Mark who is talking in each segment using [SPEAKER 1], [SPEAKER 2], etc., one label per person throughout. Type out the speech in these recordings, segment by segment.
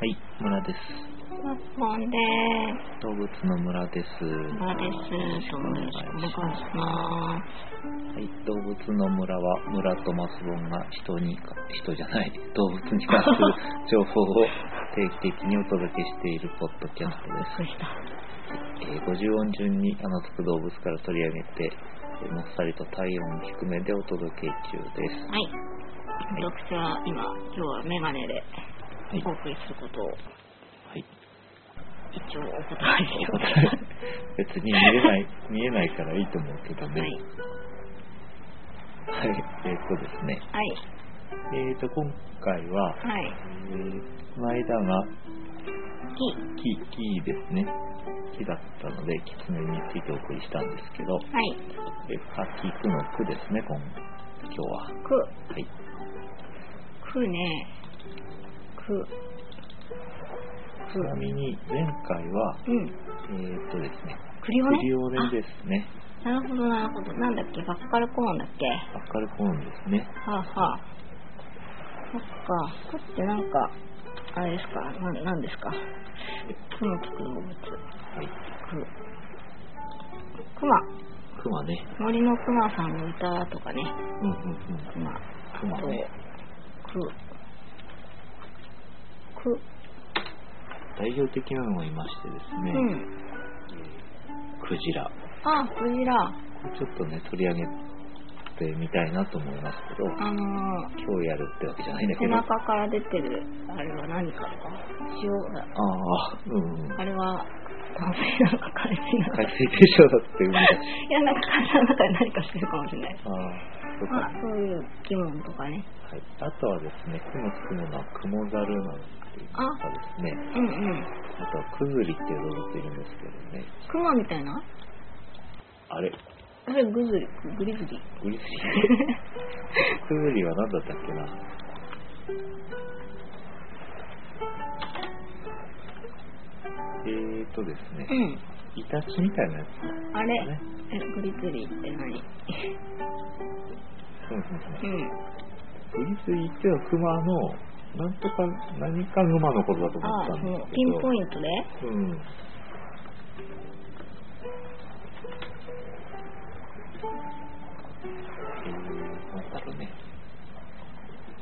[SPEAKER 1] はい、村です。
[SPEAKER 2] マッポンで
[SPEAKER 1] 動物の村です。
[SPEAKER 2] す。村です。どうもよろしくお願いしま。
[SPEAKER 1] はい、動物の村は村とマスボンが人にか人じゃない動物に関する情報を定期的にお届けしているポッドキャストです
[SPEAKER 2] そうした。
[SPEAKER 1] す。えー50音順にあのつく動物から取り上げて、えーもっさりと体温低めでお届け中です。
[SPEAKER 2] はい。私は今、今日はメガネで
[SPEAKER 1] い
[SPEAKER 2] お送りすることを
[SPEAKER 1] はい。
[SPEAKER 2] 一応お断りしようかな。
[SPEAKER 1] 別に見えない見えないからいいと思うけどね。
[SPEAKER 2] は
[SPEAKER 1] はいい。えーっとですね。
[SPEAKER 2] はい。
[SPEAKER 1] えーっと今回は。
[SPEAKER 2] はい。
[SPEAKER 1] えーこの間が
[SPEAKER 2] き。
[SPEAKER 1] 木、木ですね。木だったので、キツネについてお送りしたんですけど、
[SPEAKER 2] はい。
[SPEAKER 1] え秋行くの句ですね、今今日は。は
[SPEAKER 2] く。
[SPEAKER 1] い。
[SPEAKER 2] くね。く。
[SPEAKER 1] ちなみに、前回は、
[SPEAKER 2] うん。
[SPEAKER 1] えーっとですね、
[SPEAKER 2] 栗をね。
[SPEAKER 1] 栗をねですね、
[SPEAKER 2] あなるほど、なるほど。なんだっけバッカルコーンだっけ
[SPEAKER 1] バッカルコーンですね。
[SPEAKER 2] はあはあ。そっか。くってなんか、あれですかななんですかくのつく動物。
[SPEAKER 1] はい。
[SPEAKER 2] く。くま。
[SPEAKER 1] 熊ね。
[SPEAKER 2] 森のくまさんの歌とかね。
[SPEAKER 1] うんうんうん。
[SPEAKER 2] くま。
[SPEAKER 1] 熊ね。
[SPEAKER 2] く。く。
[SPEAKER 1] 代表的なのがいましてです
[SPEAKER 2] う
[SPEAKER 1] ね、
[SPEAKER 2] ん。
[SPEAKER 1] クジラ。
[SPEAKER 2] あ、クジラ。
[SPEAKER 1] ちょっとね、取り上げてみたいなと思いますけど、
[SPEAKER 2] あのー、
[SPEAKER 1] 今日やるってわけじゃないんだ
[SPEAKER 2] 背
[SPEAKER 1] けど。あ
[SPEAKER 2] 中から出てる、あれは何かとか。塩だ。
[SPEAKER 1] あー、うんうん。
[SPEAKER 2] あれは、淡水なのか海水なのか。
[SPEAKER 1] 海水でしょだって海だ
[SPEAKER 2] いや、なんか体の中で何かしてるかもしれな
[SPEAKER 1] あ
[SPEAKER 2] い。
[SPEAKER 1] あ、そう
[SPEAKER 2] ま
[SPEAKER 1] か、
[SPEAKER 2] あ、そういう生き物とかね。
[SPEAKER 1] はい。あとはですね、雲つくものはクモザルなんていうのとかですね、
[SPEAKER 2] うんうん。
[SPEAKER 1] あとはクズリっていう動物いるんですけどね、
[SPEAKER 2] クマみたいな
[SPEAKER 1] あ れ、
[SPEAKER 2] あれ、グズリ、グリズリ。
[SPEAKER 1] グリズリクズリは何だったっけなえーとですね、
[SPEAKER 2] う
[SPEAKER 1] イタチみたいなやつです
[SPEAKER 2] ん。あれ、
[SPEAKER 1] ね。
[SPEAKER 2] えグリズリって何。
[SPEAKER 1] そうそうそううんグリズリっていうのはクマの、なんとか、何かグマのことだと思
[SPEAKER 2] あ
[SPEAKER 1] っ
[SPEAKER 2] あ、
[SPEAKER 1] た
[SPEAKER 2] そ
[SPEAKER 1] んです
[SPEAKER 2] の
[SPEAKER 1] けど。
[SPEAKER 2] ピンポイントで
[SPEAKER 1] うん。えー、なんだろうね。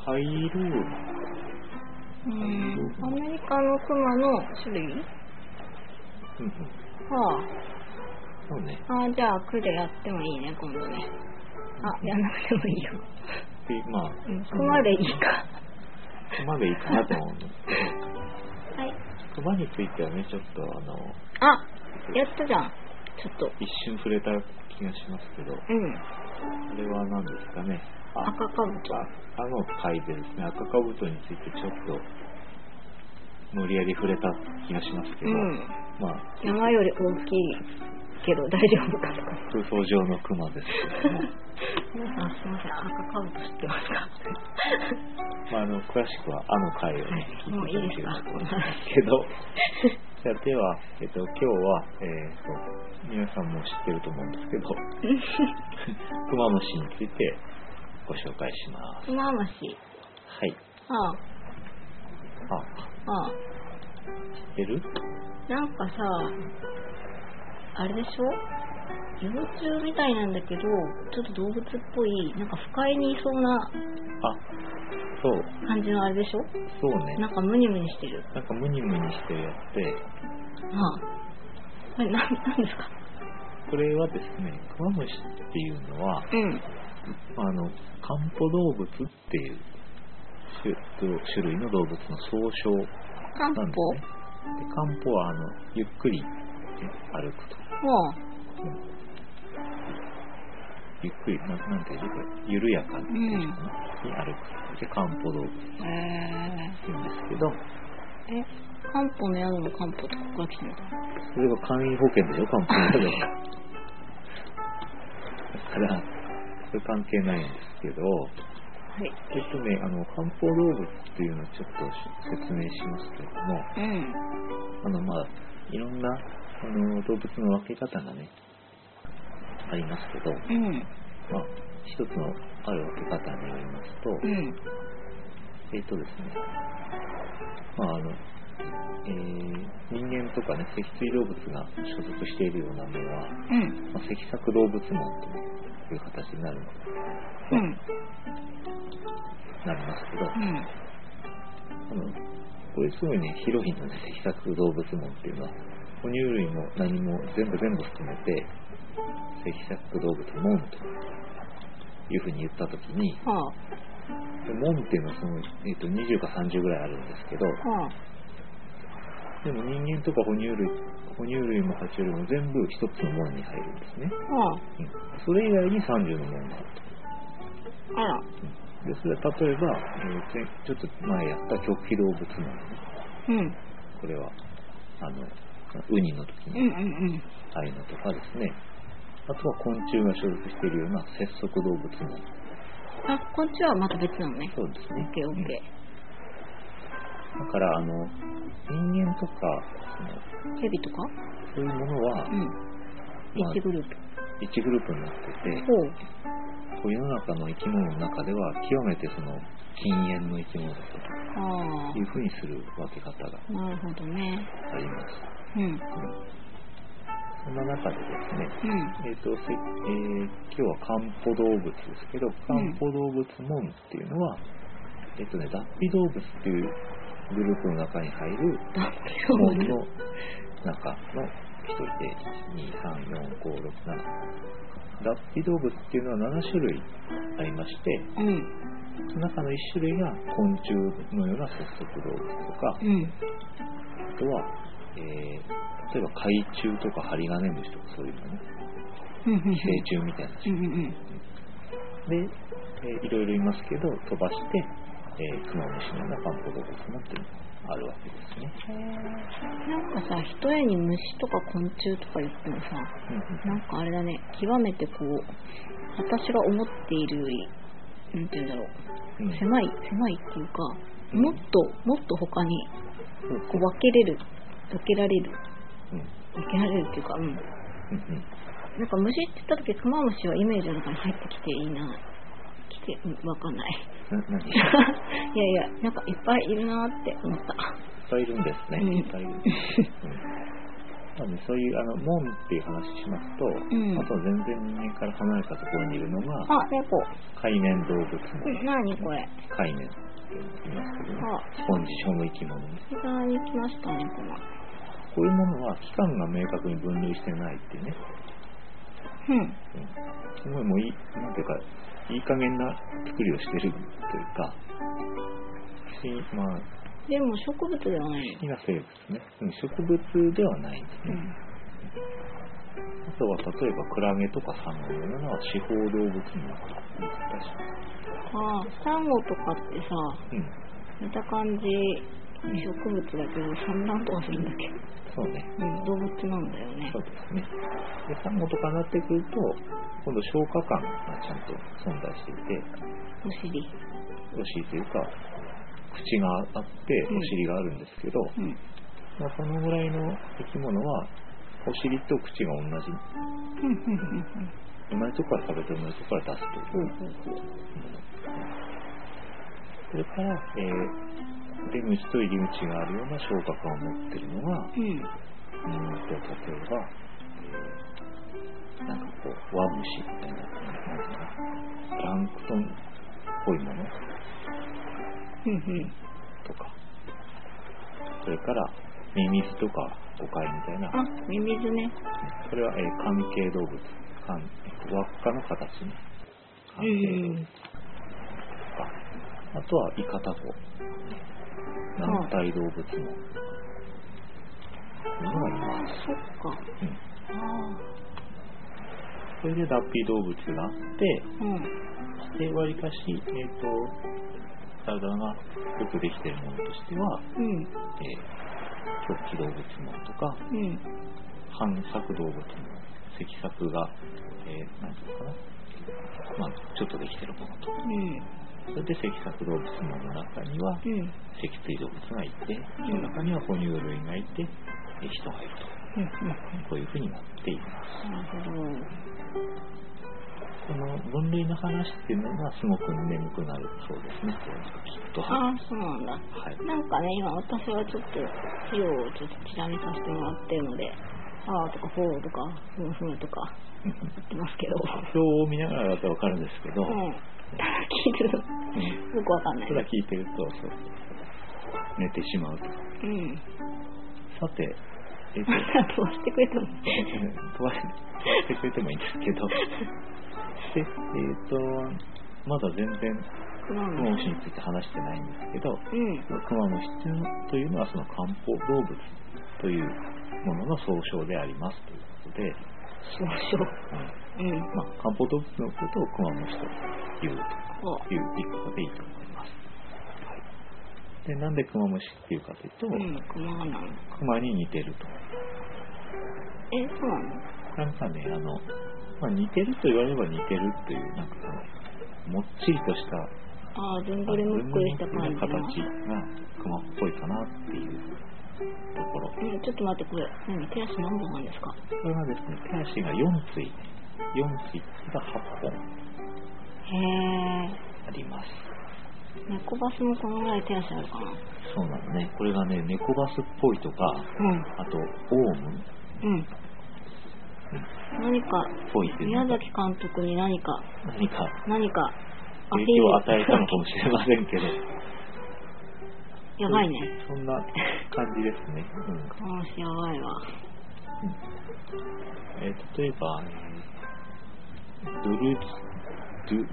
[SPEAKER 1] 灰色
[SPEAKER 2] うん。アメリカのクマの種類
[SPEAKER 1] うんうん。
[SPEAKER 2] は
[SPEAKER 1] そうね。
[SPEAKER 2] あ。ああ、じゃあ、クでやってもいいね、今度ね。あ、やらなくてもいいよ。
[SPEAKER 1] で、まあ、
[SPEAKER 2] うん。クマでいいか。
[SPEAKER 1] 熊でいいかなと思うんですけ
[SPEAKER 2] はい。
[SPEAKER 1] ど、熊についてはね、ちょっとあの、
[SPEAKER 2] あ、やったじゃん。ちょっと。
[SPEAKER 1] 一瞬触れた気がしますけど、
[SPEAKER 2] うん。
[SPEAKER 1] あれは何ですかね。あ、
[SPEAKER 2] 赤かぶと。
[SPEAKER 1] あの回でですね、赤かぶとについてちょっと、無理やり触れた気がしますけど、
[SPEAKER 2] うん。
[SPEAKER 1] まあ、
[SPEAKER 2] 山より大きいけど大丈夫かとか。
[SPEAKER 1] 空想上のクマですけ ども、
[SPEAKER 2] 皆さんすみません、赤カブト知ってますか
[SPEAKER 1] まあ、あの詳しくはあの回をね、
[SPEAKER 2] はいもういい
[SPEAKER 1] 聞い
[SPEAKER 2] ですか
[SPEAKER 1] ていただければと思いますけど、じゃあでは、えっと、今日は、えっと、皆さんも知ってると思うんですけ ど、クマムシについてご紹介します。
[SPEAKER 2] クマムシ。
[SPEAKER 1] はい。
[SPEAKER 2] あ
[SPEAKER 1] あ、
[SPEAKER 2] あ、ああ。
[SPEAKER 1] 知ってる
[SPEAKER 2] なんかさ、あれでしょ幼虫みたいなんだけど、ちょっと動物っぽい、なんか不快にいそうな
[SPEAKER 1] あ、そう、
[SPEAKER 2] 感じのあれでしょ
[SPEAKER 1] そうね。
[SPEAKER 2] なんかムニムニしてる。
[SPEAKER 1] なんかムニムニしてるやつで、
[SPEAKER 2] ああ。これなん、なんですか
[SPEAKER 1] これはですね、クマムシっていうのは、
[SPEAKER 2] うん。
[SPEAKER 1] まああの漢方動物っていう種種類の動物の総称
[SPEAKER 2] 漢
[SPEAKER 1] な
[SPEAKER 2] 方
[SPEAKER 1] んですね。で漢方はあのゆっくりね歩くと。
[SPEAKER 2] も
[SPEAKER 1] ゆっくり、ななんていうのこれ、緩やかっていうのかな、に歩く。で、漢方動物って
[SPEAKER 2] う。へえ。
[SPEAKER 1] 言うんですけど、
[SPEAKER 2] え、漢方の宿の漢方とかここから来てるのかな
[SPEAKER 1] それは簡易保険でしょ、漢方の動物だから、それ関係ないんですけど、
[SPEAKER 2] はい。
[SPEAKER 1] えっとね、あの、漢方動物っていうのをちょっと説明しますけれども、
[SPEAKER 2] うん。
[SPEAKER 1] あの、まあ、いろんなあの動物の分け方がね、ありますけど、
[SPEAKER 2] うん。
[SPEAKER 1] まあ、一つのある分け方によりますと、
[SPEAKER 2] うん。
[SPEAKER 1] えっ、とですね、まあ、あの、えー人間とかね、脊椎動物が所属しているような面は、
[SPEAKER 2] うん。
[SPEAKER 1] まあ、脊索動物門という形になる
[SPEAKER 2] うん。
[SPEAKER 1] なりますけど、
[SPEAKER 2] うん。
[SPEAKER 1] あのこれすごいね、広いのね、脊索動物門っていうのは、哺乳類も何も全部全部含めて、脊索動物門というふうに言ったときに、
[SPEAKER 2] はあ。は
[SPEAKER 1] で門っていうのはその、えー、と20か30ぐらいあるんですけど、
[SPEAKER 2] あ。
[SPEAKER 1] でも人間とか哺乳類、哺乳類も爬虫類も全部一つの門に入るんですね。
[SPEAKER 2] はあ。
[SPEAKER 1] うんそれ以外に30の門があると。
[SPEAKER 2] あら。
[SPEAKER 1] でそれは例えば、えーちょちょっと前やった極秘動物門ね
[SPEAKER 2] うん。
[SPEAKER 1] これはあのウニの時
[SPEAKER 2] うんうん
[SPEAKER 1] に
[SPEAKER 2] うん。
[SPEAKER 1] ああいうのとかですね、あとは昆虫が所属しているような節足動物門
[SPEAKER 2] あ、こっちはまた別なのね。
[SPEAKER 1] そうです
[SPEAKER 2] オ
[SPEAKER 1] ね
[SPEAKER 2] ッケーオッ
[SPEAKER 1] う
[SPEAKER 2] ケ
[SPEAKER 1] んだからあの人間とか
[SPEAKER 2] ー。ヘビとか
[SPEAKER 1] そのそういうものは、
[SPEAKER 2] うん。
[SPEAKER 1] まあ
[SPEAKER 2] 1グループ。
[SPEAKER 1] 1グループになってて
[SPEAKER 2] ほう。
[SPEAKER 1] こう世の中の生き物の中では極めてその禁煙の生き物だ
[SPEAKER 2] あ
[SPEAKER 1] というふうにする分け方が
[SPEAKER 2] あ。なるほどね。
[SPEAKER 1] あります、
[SPEAKER 2] うん。
[SPEAKER 1] うんそんな中でですね、
[SPEAKER 2] う
[SPEAKER 1] え
[SPEAKER 2] ん。
[SPEAKER 1] っとせえー今日は漢方動物ですけど漢方動物門っていうのは、えっとね、脱皮動物っていうグループの中に入る
[SPEAKER 2] 脱皮動
[SPEAKER 1] 門
[SPEAKER 2] 物。
[SPEAKER 1] の中の一人で1234567脱皮動物っていうのは7種類ありまして
[SPEAKER 2] うん。
[SPEAKER 1] その中の1種類が昆虫のような節足動物とか
[SPEAKER 2] うん。
[SPEAKER 1] あとは、えー例えば海中とかハリガネムシとかそういうのね
[SPEAKER 2] うんうんうん。
[SPEAKER 1] 寄生虫みたいな
[SPEAKER 2] うんうん
[SPEAKER 1] で、えーいろいろいますけど、飛ばして、えークマムシのような漢方動物もっていうのがあるわけですね。
[SPEAKER 2] うん。へえ。なんかさ、一重に虫とか昆虫とか言ってもさ、
[SPEAKER 1] うんうん
[SPEAKER 2] なんかあれだね、極めてこう、私が思っているより、なんて言うんだろう、
[SPEAKER 1] うん
[SPEAKER 2] 狭い、狭いっていうか、
[SPEAKER 1] うん
[SPEAKER 2] もっと、もっと他に、
[SPEAKER 1] そう
[SPEAKER 2] こう分けれる、分けられる、
[SPEAKER 1] うん
[SPEAKER 2] 分けられるっていうか、うん。
[SPEAKER 1] うんうん
[SPEAKER 2] なんか虫って言った時、クマムシはイメージの中に入ってきていいな。来て、うんわかんない。
[SPEAKER 1] な何いっ
[SPEAKER 2] いやいや、なんかいっぱいいるなって思った。
[SPEAKER 1] ぱいいるんですね。
[SPEAKER 2] うん
[SPEAKER 1] いっぱいいる。うんまあね、そういうあの門っていう話しますと、
[SPEAKER 2] ん
[SPEAKER 1] あとは全然人間から離れたところにいるのが
[SPEAKER 2] あ、猫。
[SPEAKER 1] 海綿動物
[SPEAKER 2] うんなにこれ。あ、
[SPEAKER 1] の海綿っていうのがいますけどね、スポンジ状の生き物ね
[SPEAKER 2] 膝に来ましたね、この。
[SPEAKER 1] こういうものは期間が明確に分類してないっていうね
[SPEAKER 2] うん。
[SPEAKER 1] すごいもういい、なんていうか、いい加減な作りをしてるというか、しまあ、
[SPEAKER 2] でも植物ではない
[SPEAKER 1] 好きな生物ね。うん植物ではないんです
[SPEAKER 2] う
[SPEAKER 1] ね。
[SPEAKER 2] ん。
[SPEAKER 1] あとは、例えば、クラゲとかサンゴのような四方動物の形。
[SPEAKER 2] あー、サンゴとかってさ、
[SPEAKER 1] うん。
[SPEAKER 2] 見た感じ、植物だけど産卵とかするんだっけ
[SPEAKER 1] そうね。
[SPEAKER 2] うん、動物なんだよね
[SPEAKER 1] そ。うですね。で、サンゴとかになってくると、今度消化管がちゃんと存在していて、
[SPEAKER 2] お尻。
[SPEAKER 1] お尻というか、口があって、
[SPEAKER 2] うん
[SPEAKER 1] お尻があるんですけど、
[SPEAKER 2] うん。
[SPEAKER 1] まあ、このぐらいの生き物は、お尻と口が同じ、
[SPEAKER 2] うんうんうんうん。
[SPEAKER 1] 同じとこから食べて同じとこから出すと
[SPEAKER 2] ほ
[SPEAKER 1] いうう。
[SPEAKER 2] ほうほう。
[SPEAKER 1] それから、えー出口と入り口があるような消化管を持ってるのが、う
[SPEAKER 2] うん。
[SPEAKER 1] んと、例えば、えーなんかこう、ワムシみたいな、なんていうのプランクトンっぽいもの
[SPEAKER 2] うんうん。
[SPEAKER 1] とか、それから、ミミズとかゴカイみたいな、
[SPEAKER 2] あ、ミミズね。
[SPEAKER 1] それは、えー関係動物関輪っかの形ね
[SPEAKER 2] う
[SPEAKER 1] 関係動物
[SPEAKER 2] ん。
[SPEAKER 1] とか、あとはイカタコ軟体動物のものがい
[SPEAKER 2] あ
[SPEAKER 1] ます、、
[SPEAKER 2] そっか。
[SPEAKER 1] うん、
[SPEAKER 2] ああ。
[SPEAKER 1] それで脱皮動物があっ
[SPEAKER 2] うん。
[SPEAKER 1] てでわりかし、えー、と体がよくできているものとしては、
[SPEAKER 2] うん。
[SPEAKER 1] えー、極気動物門とか
[SPEAKER 2] うん。
[SPEAKER 1] 反作動物の脊索が、えー、なんていうのかな、まあ、ちょっとできてるものと。
[SPEAKER 2] うん。
[SPEAKER 1] それで脊索動物門の中には、
[SPEAKER 2] うん。うん。
[SPEAKER 1] 脊椎動物がいて、その中には哺乳類がいて、えー人がいると。こういうふうになっています。
[SPEAKER 2] なるほど。
[SPEAKER 1] その分類の話っていうのがすごく眠くなるそうですね。きっと。
[SPEAKER 2] あ
[SPEAKER 1] は
[SPEAKER 2] あ、そうなんだ。
[SPEAKER 1] い。
[SPEAKER 2] なんかね、今私はちょっと費用をちょっと調べさせてもらってるので、ああとかほうとか、ふむふむとか言ってますけど、
[SPEAKER 1] 表を見ながらだとわかるんですけど、
[SPEAKER 2] う
[SPEAKER 1] うん
[SPEAKER 2] ん。ただ聞いてるとよくわかんない
[SPEAKER 1] ただ。聞いてると、そう寝てしまうと。
[SPEAKER 2] うん。
[SPEAKER 1] さて、えっと
[SPEAKER 2] ま、だ飛ばしてくれたの。
[SPEAKER 1] 飛ばしてくれてもいいんですけど、で、えっと、まだ全然
[SPEAKER 2] 熊
[SPEAKER 1] クマムシについて話してないんですけど、
[SPEAKER 2] うん。
[SPEAKER 1] クマムシというのはその漢方動物というものの総称でありますということで、
[SPEAKER 2] 少々。
[SPEAKER 1] うん
[SPEAKER 2] うん。
[SPEAKER 1] まあ、漢方動物のことをクマムシという
[SPEAKER 2] お
[SPEAKER 1] という言い方でいいと思います。はい、でなんでクマムシっていうかというと、
[SPEAKER 2] うん、熊なの。
[SPEAKER 1] クマに似てると。
[SPEAKER 2] え、そうなの
[SPEAKER 1] なんかね、あの、まあ、似てると言われれば似てるという、なんかこの、もっちりとした
[SPEAKER 2] ああ、ずんぐりむっくりした感じ
[SPEAKER 1] 形
[SPEAKER 2] の。
[SPEAKER 1] がクマっぽいかなっていうところ。
[SPEAKER 2] うん、ちょっと待って、これ、何手足何本なんですか
[SPEAKER 1] これはですね、手足が4対、4対が8本
[SPEAKER 2] へえ。
[SPEAKER 1] あります。
[SPEAKER 2] 猫バスもこのぐらい手足あるかな。
[SPEAKER 1] そうなのね。これがね、猫バスっぽいとか、あと、オウムっ
[SPEAKER 2] うん。うん。何か、
[SPEAKER 1] ぽいっていう
[SPEAKER 2] 宮
[SPEAKER 1] のが
[SPEAKER 2] 崎監督に何か、
[SPEAKER 1] 何か
[SPEAKER 2] 何か、
[SPEAKER 1] 影響を与えたのかもしれませんけど、
[SPEAKER 2] やばいね。
[SPEAKER 1] そんな感じですね。うん
[SPEAKER 2] この足やばいわ。
[SPEAKER 1] えー例えば、えードルドゥ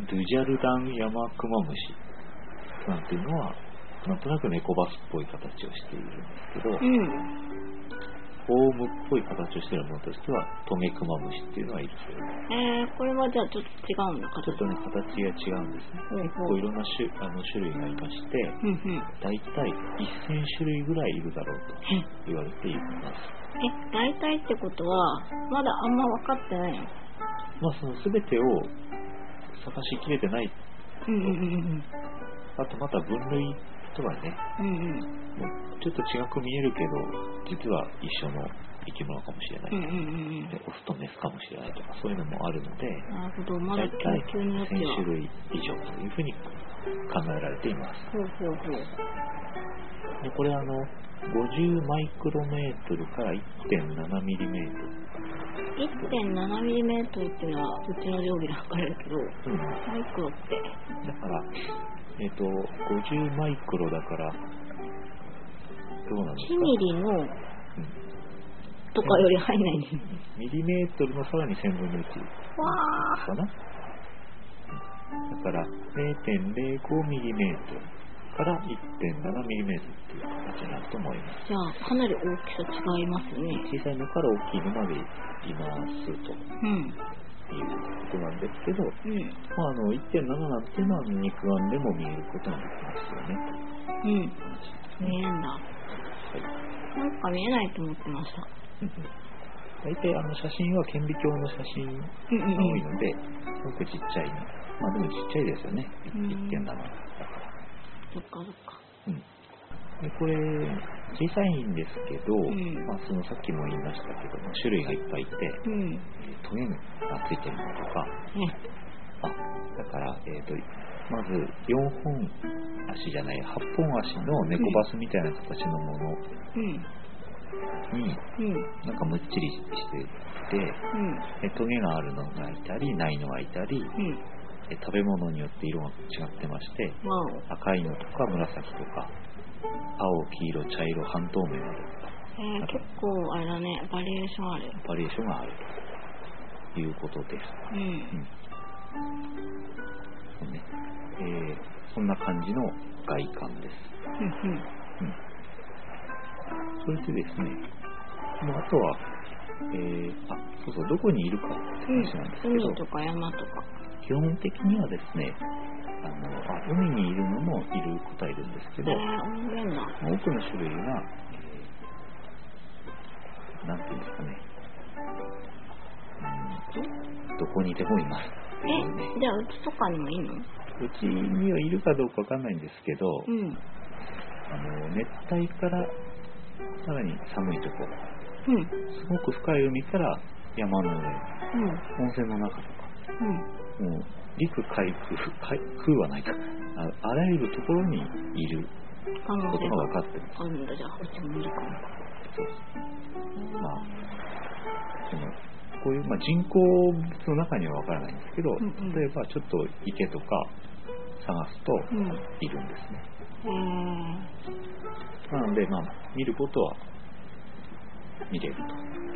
[SPEAKER 1] ドゥジャルダンヤマクマムシなんていうのは、なんとなく猫バスっぽい形をしているんですけど、
[SPEAKER 2] うん。
[SPEAKER 1] オウムっぽい形をしているものとしては、トゲクマムシっていうのはいるそうです。
[SPEAKER 2] えー、これはじゃあちょっと違うんだ、
[SPEAKER 1] ちょっ
[SPEAKER 2] 形。
[SPEAKER 1] とね、形が違うんですね。
[SPEAKER 2] ほう
[SPEAKER 1] こ
[SPEAKER 2] ほ
[SPEAKER 1] う
[SPEAKER 2] う
[SPEAKER 1] い。ろんな種あの種類がありまして、
[SPEAKER 2] うんうん。
[SPEAKER 1] だいたい1000種類ぐらいいるだろうと
[SPEAKER 2] え、
[SPEAKER 1] 言われています。
[SPEAKER 2] え大体ってことは、まだあんま分かってないの
[SPEAKER 1] まあ、その全てを探しきれてない、
[SPEAKER 2] うんうん
[SPEAKER 1] あとまた分類とはね、
[SPEAKER 2] うんうん。うんうん。
[SPEAKER 1] もうちょっと違く見えるけど、実は一緒の生き物かもしれな
[SPEAKER 2] うん
[SPEAKER 1] い。
[SPEAKER 2] うんうん
[SPEAKER 1] でオスとメスかもしれないとか、そういうのもあるので、
[SPEAKER 2] うん。なるほど、まだ
[SPEAKER 1] 大
[SPEAKER 2] 研
[SPEAKER 1] 体
[SPEAKER 2] 究によっては
[SPEAKER 1] 1000。種類以上というふうに考えられています。
[SPEAKER 2] ほうほうほう。
[SPEAKER 1] でこれあの、50マイクロメートルから1.7ミリメートル。
[SPEAKER 2] 1.7mm っていうのは、うちの定規で測れるけど、
[SPEAKER 1] うん
[SPEAKER 2] マイクロって、
[SPEAKER 1] だから、えっ、と、50マイクロだから、どうなんです
[SPEAKER 2] 1
[SPEAKER 1] か
[SPEAKER 2] ミリの
[SPEAKER 1] うん
[SPEAKER 2] とかより入んないんですよ。
[SPEAKER 1] ミリメートルのさらに1000分の1
[SPEAKER 2] わ
[SPEAKER 1] かな。だから、0.05ミリメートルから1.7ミリメートルっていう形になると思います。
[SPEAKER 2] ーじゃあ、かなり大きさ違いますね。
[SPEAKER 1] 小さいのから大きいのまでいますという
[SPEAKER 2] うん。
[SPEAKER 1] ことなんですけど、
[SPEAKER 2] うん。
[SPEAKER 1] まあ、あの1.7なんていうのは肉眼でも見えることができますよね。
[SPEAKER 2] うん。見えるんだ。なんか見えないと思ってました。
[SPEAKER 1] うんうん大体あの写真は顕微鏡の写真
[SPEAKER 2] うんうん
[SPEAKER 1] が多
[SPEAKER 2] う
[SPEAKER 1] い
[SPEAKER 2] ん。
[SPEAKER 1] ので、すごくちっちゃい、まあでもちっちゃいですよね、
[SPEAKER 2] うん
[SPEAKER 1] 1.7だから。
[SPEAKER 2] そっかそっか。
[SPEAKER 1] うんでこれ、小さいんですけど、
[SPEAKER 2] ん
[SPEAKER 1] まあ、そのさっきも言いましたけども、種類がいっぱいいて、
[SPEAKER 2] うん。
[SPEAKER 1] トゲがついてるのとか、
[SPEAKER 2] ね。
[SPEAKER 1] あだから、えーと、まず4本足じゃない、8本足の猫バスみたいな形のも
[SPEAKER 2] うん。
[SPEAKER 1] のに、
[SPEAKER 2] うん。
[SPEAKER 1] なんかむっちりしてて、
[SPEAKER 2] うん。
[SPEAKER 1] えトゲがあるのがいたり、ないのがいたり、
[SPEAKER 2] うん。
[SPEAKER 1] え食べ物によって色が違ってまして、
[SPEAKER 2] わお。
[SPEAKER 1] 赤いのとか紫とか、青、黄色、茶色、半透明など。
[SPEAKER 2] えー、結構あれだね、バリエーションある。
[SPEAKER 1] バリエーションがあるということです。
[SPEAKER 2] うん。
[SPEAKER 1] そうねえーそんな感じの外観です。
[SPEAKER 2] うんうん。
[SPEAKER 1] それでですね、もうあとは、えーあそうそう、どこにいるかって話なんですけど、
[SPEAKER 2] 海とか山とか。
[SPEAKER 1] 基本的にはですねあのあ、海にいるのもいる個体いるんですけ
[SPEAKER 2] え
[SPEAKER 1] ど、
[SPEAKER 2] ー、温泉だ。
[SPEAKER 1] 多くの種類が、えーなんていうんですかね、うん、どこにでもいますっていうね。
[SPEAKER 2] え、じゃあうちとかにもいいの
[SPEAKER 1] うちにはいるかどうかわかんないんですけど、
[SPEAKER 2] うん。
[SPEAKER 1] あの熱帯からさらに寒いとこ
[SPEAKER 2] うん。
[SPEAKER 1] すごく深い海から山の上
[SPEAKER 2] うん。
[SPEAKER 1] 温泉の中とか
[SPEAKER 2] うん。
[SPEAKER 1] もう陸海空海空はないかああらゆるところにいる
[SPEAKER 2] 可能
[SPEAKER 1] こと
[SPEAKER 2] 性
[SPEAKER 1] が
[SPEAKER 2] が
[SPEAKER 1] 分かってる
[SPEAKER 2] あるんだじゃあうちもいるかも
[SPEAKER 1] そうまあそのこういう、まあ、人工物の中には分からないんですけど、
[SPEAKER 2] んうん
[SPEAKER 1] 例えばちょっと池とか探すと
[SPEAKER 2] うん
[SPEAKER 1] いるんですね
[SPEAKER 2] へ
[SPEAKER 1] なので、まあ、見ることは見れると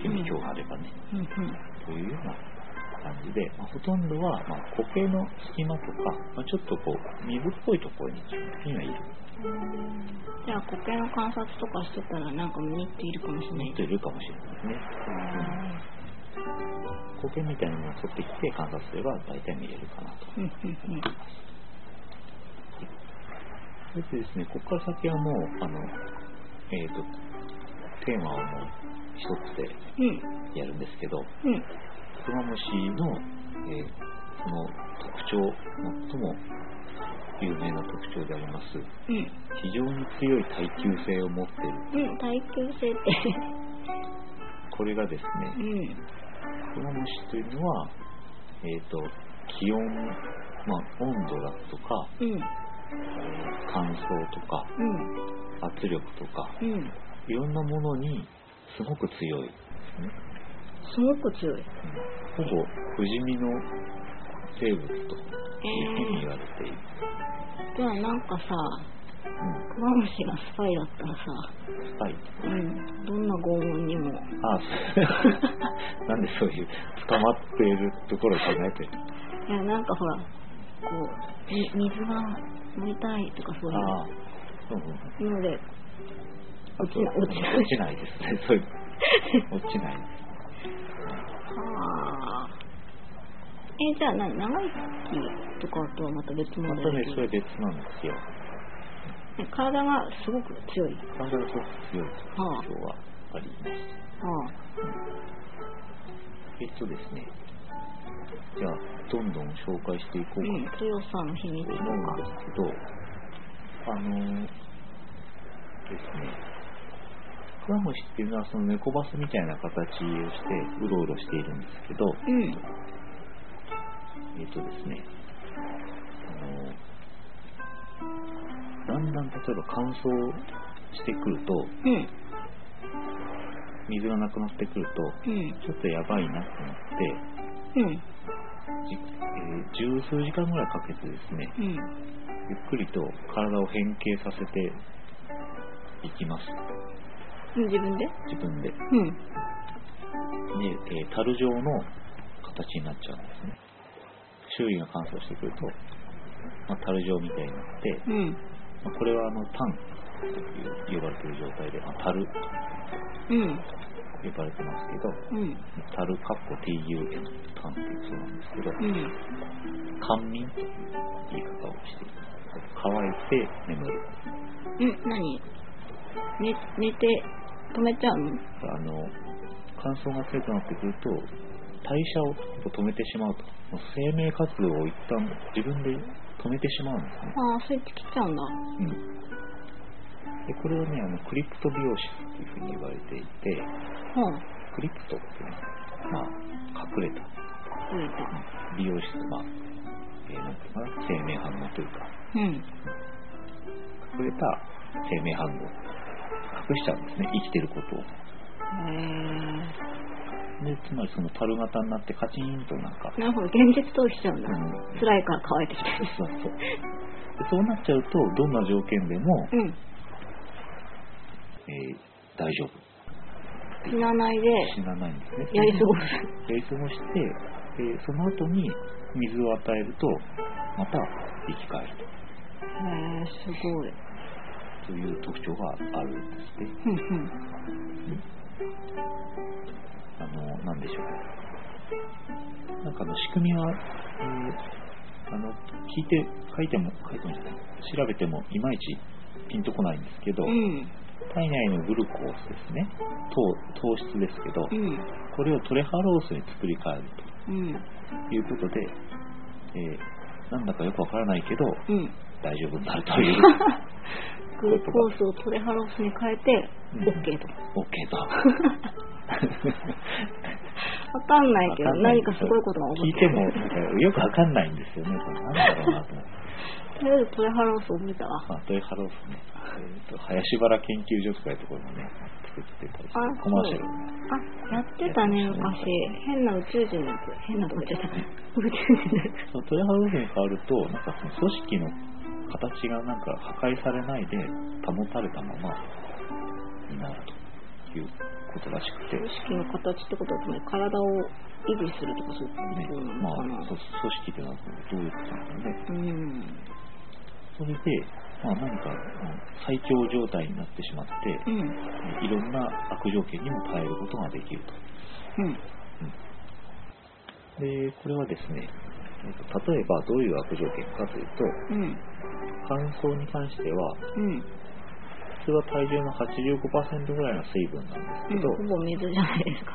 [SPEAKER 1] 顕微鏡があればね、
[SPEAKER 2] えうんうん
[SPEAKER 1] というような感じで、まあ、ほとんどは、まあ、苔の隙間とか、まあ、ちょっとこう水っぽいところに基本的にはいる
[SPEAKER 2] じゃあ苔の観察とかしてたらなんか見に行っているかもしれない
[SPEAKER 1] 人いるかもしれないですね苔みたいなのを取ってきて観察すれば大体見れるかなと
[SPEAKER 2] うんうんうん
[SPEAKER 1] そしてですねここから先はもうあのえっ、とテーマをもう一つで
[SPEAKER 2] うん
[SPEAKER 1] やるんですけど
[SPEAKER 2] うん
[SPEAKER 1] クマムシの、えーその特徴最も有名な特徴であります
[SPEAKER 2] うん
[SPEAKER 1] 非常に強い耐久性を持っている
[SPEAKER 2] うん耐久性って
[SPEAKER 1] これがです
[SPEAKER 2] う
[SPEAKER 1] ね
[SPEAKER 2] ん
[SPEAKER 1] クマムシというのはえっ、と気温まあ温度だとか
[SPEAKER 2] うん
[SPEAKER 1] 乾燥とか
[SPEAKER 2] うん
[SPEAKER 1] 圧力とか
[SPEAKER 2] うん
[SPEAKER 1] いろんなものにすごく強いですね
[SPEAKER 2] すごく強い
[SPEAKER 1] ほぼ不死身の生物というふうに言われている、
[SPEAKER 2] じゃあなんかさクマムシがスパイだったらさ
[SPEAKER 1] うん、スパイ
[SPEAKER 2] うんどんな拷問にも
[SPEAKER 1] ああそうなんでそういう捕まっているところを考えてる
[SPEAKER 2] いやなんかほらこうみ水が飲みたいとかそう
[SPEAKER 1] ああ、うんうん、
[SPEAKER 2] いうので
[SPEAKER 1] あと
[SPEAKER 2] 落ちない
[SPEAKER 1] 落ちないですねそういう落ちない
[SPEAKER 2] はあえじゃあ何長生きとかとはまた別
[SPEAKER 1] ま
[SPEAKER 2] 問
[SPEAKER 1] たね
[SPEAKER 2] 題で、
[SPEAKER 1] それ別なんですよ。
[SPEAKER 2] 体がすごく強い
[SPEAKER 1] 体がすごく強い
[SPEAKER 2] はあ
[SPEAKER 1] 特徴はあります。
[SPEAKER 2] は
[SPEAKER 1] えっとですね、じゃあ、どんどん紹介していこ
[SPEAKER 2] あ、う
[SPEAKER 1] うか
[SPEAKER 2] ん、強さの秘密
[SPEAKER 1] と
[SPEAKER 2] とか
[SPEAKER 1] 思うんですけど、あのーですね、クラムシっていうのはその猫バスみたいな形をしてうろうろしているんですけど、
[SPEAKER 2] うん
[SPEAKER 1] えっ、とですね、あのーだんだん例えば乾燥してくると、
[SPEAKER 2] うん
[SPEAKER 1] 水がなくなってくる
[SPEAKER 2] うん
[SPEAKER 1] と、ちょっとやばいなってなって、
[SPEAKER 2] うん
[SPEAKER 1] じえー十数時間ぐらいかけてですね、
[SPEAKER 2] うん
[SPEAKER 1] ゆっくりと体を変形させていきます
[SPEAKER 2] 自分で
[SPEAKER 1] 自分でで、
[SPEAKER 2] うん
[SPEAKER 1] えー樽状の形になっちゃうんですね周囲が乾燥してくると、まあ、樽状みたいになって、
[SPEAKER 2] うん
[SPEAKER 1] まあこれはあのタンという呼ばれている状態で、まあ、樽と
[SPEAKER 2] うん
[SPEAKER 1] 呼ばれてますけど
[SPEAKER 2] うん
[SPEAKER 1] 樽かっこ TUN タンっていうそうなんですけど
[SPEAKER 2] うん
[SPEAKER 1] 乾眠という言い方をしています乾いて眠る
[SPEAKER 2] うん何寝寝て止めちゃうの
[SPEAKER 1] あの乾燥が強くなってくると代謝を止めてしまうと生命活動を一旦自分で止めてしまうんですね、
[SPEAKER 2] ああスイッチ切っちゃうんだ
[SPEAKER 1] うん、でこれをねあのクリプトビオシスというふうに言われていて
[SPEAKER 2] うん
[SPEAKER 1] クリプトってね、まあ、隠れた
[SPEAKER 2] 増えた
[SPEAKER 1] 美容室、まあえーなんていうのかな生命反応というか
[SPEAKER 2] うん
[SPEAKER 1] 隠れた生命反応隠しちゃうんですね生きてることを
[SPEAKER 2] へ
[SPEAKER 1] でつまりその樽型になってカチンとなんか
[SPEAKER 2] えなるほど現実逃避しちゃうんだ、
[SPEAKER 1] うん
[SPEAKER 2] 辛いから乾いてきた
[SPEAKER 1] そうそうそう。でそうなっちゃうと、どんな条件でも、
[SPEAKER 2] うん
[SPEAKER 1] えー大丈夫。
[SPEAKER 2] 死なないで
[SPEAKER 1] 死なないんですね。
[SPEAKER 2] やり過ごす
[SPEAKER 1] やり過ごして、えーその後に水を与えると、また生き返る
[SPEAKER 2] へえすごい
[SPEAKER 1] という特徴があるんですね。
[SPEAKER 2] うんうん
[SPEAKER 1] あの、なんでしょう。なんかあの仕組みは、えーあの、聞いて、書いても、書いてもじゃない、調べてもいまいちピンとこないんですけど、
[SPEAKER 2] うん
[SPEAKER 1] 体内のグルコースですね糖糖質ですけど、
[SPEAKER 2] うん
[SPEAKER 1] これをトレハロースに作り変える
[SPEAKER 2] うん
[SPEAKER 1] ということで、えーなんだかよくわからないけど
[SPEAKER 2] うん
[SPEAKER 1] 大丈夫になるという
[SPEAKER 2] グルコースをトレハロースに変えて
[SPEAKER 1] うん
[SPEAKER 2] OK と
[SPEAKER 1] OK と
[SPEAKER 2] わかんないけど、
[SPEAKER 1] わんな
[SPEAKER 2] 何かすごいことが起こ
[SPEAKER 1] 聞い
[SPEAKER 2] って
[SPEAKER 1] もなんかよくわかんないんですよね。これなんだろうなと思って。
[SPEAKER 2] とりあえずトレハロース覚えたわ。
[SPEAKER 1] まあ、トイハロースね、えーと林原研究所とかいうところもね、作ってたりして
[SPEAKER 2] あ
[SPEAKER 1] コマーシャルも
[SPEAKER 2] あ、やってたね、昔。変な宇宙人のやつ。変なとこ言っちゃった。宇宙人のや
[SPEAKER 1] そのトイハロースに変わると、なんかその組織の形がなんか破壊されないで保たれたままになるということらしくて、ね
[SPEAKER 2] つ。組織の形ってことは、つまり体を維持するとかそういうことな
[SPEAKER 1] ま
[SPEAKER 2] のかな。
[SPEAKER 1] あ、そ組織ってのはどういうことなのかね。
[SPEAKER 2] うん。
[SPEAKER 1] それで、まあ、何かあの最強状態になってしまって、
[SPEAKER 2] うん。
[SPEAKER 1] いろんな悪条件にも耐えることができると。
[SPEAKER 2] うん。
[SPEAKER 1] で、これはですね、えっと例えばどういう悪条件かというと、
[SPEAKER 2] うん。
[SPEAKER 1] 乾燥に関しては、
[SPEAKER 2] うん。
[SPEAKER 1] 普通は体重の85%ぐらいの水分なんですけど、
[SPEAKER 2] ほぼ水じゃないですか。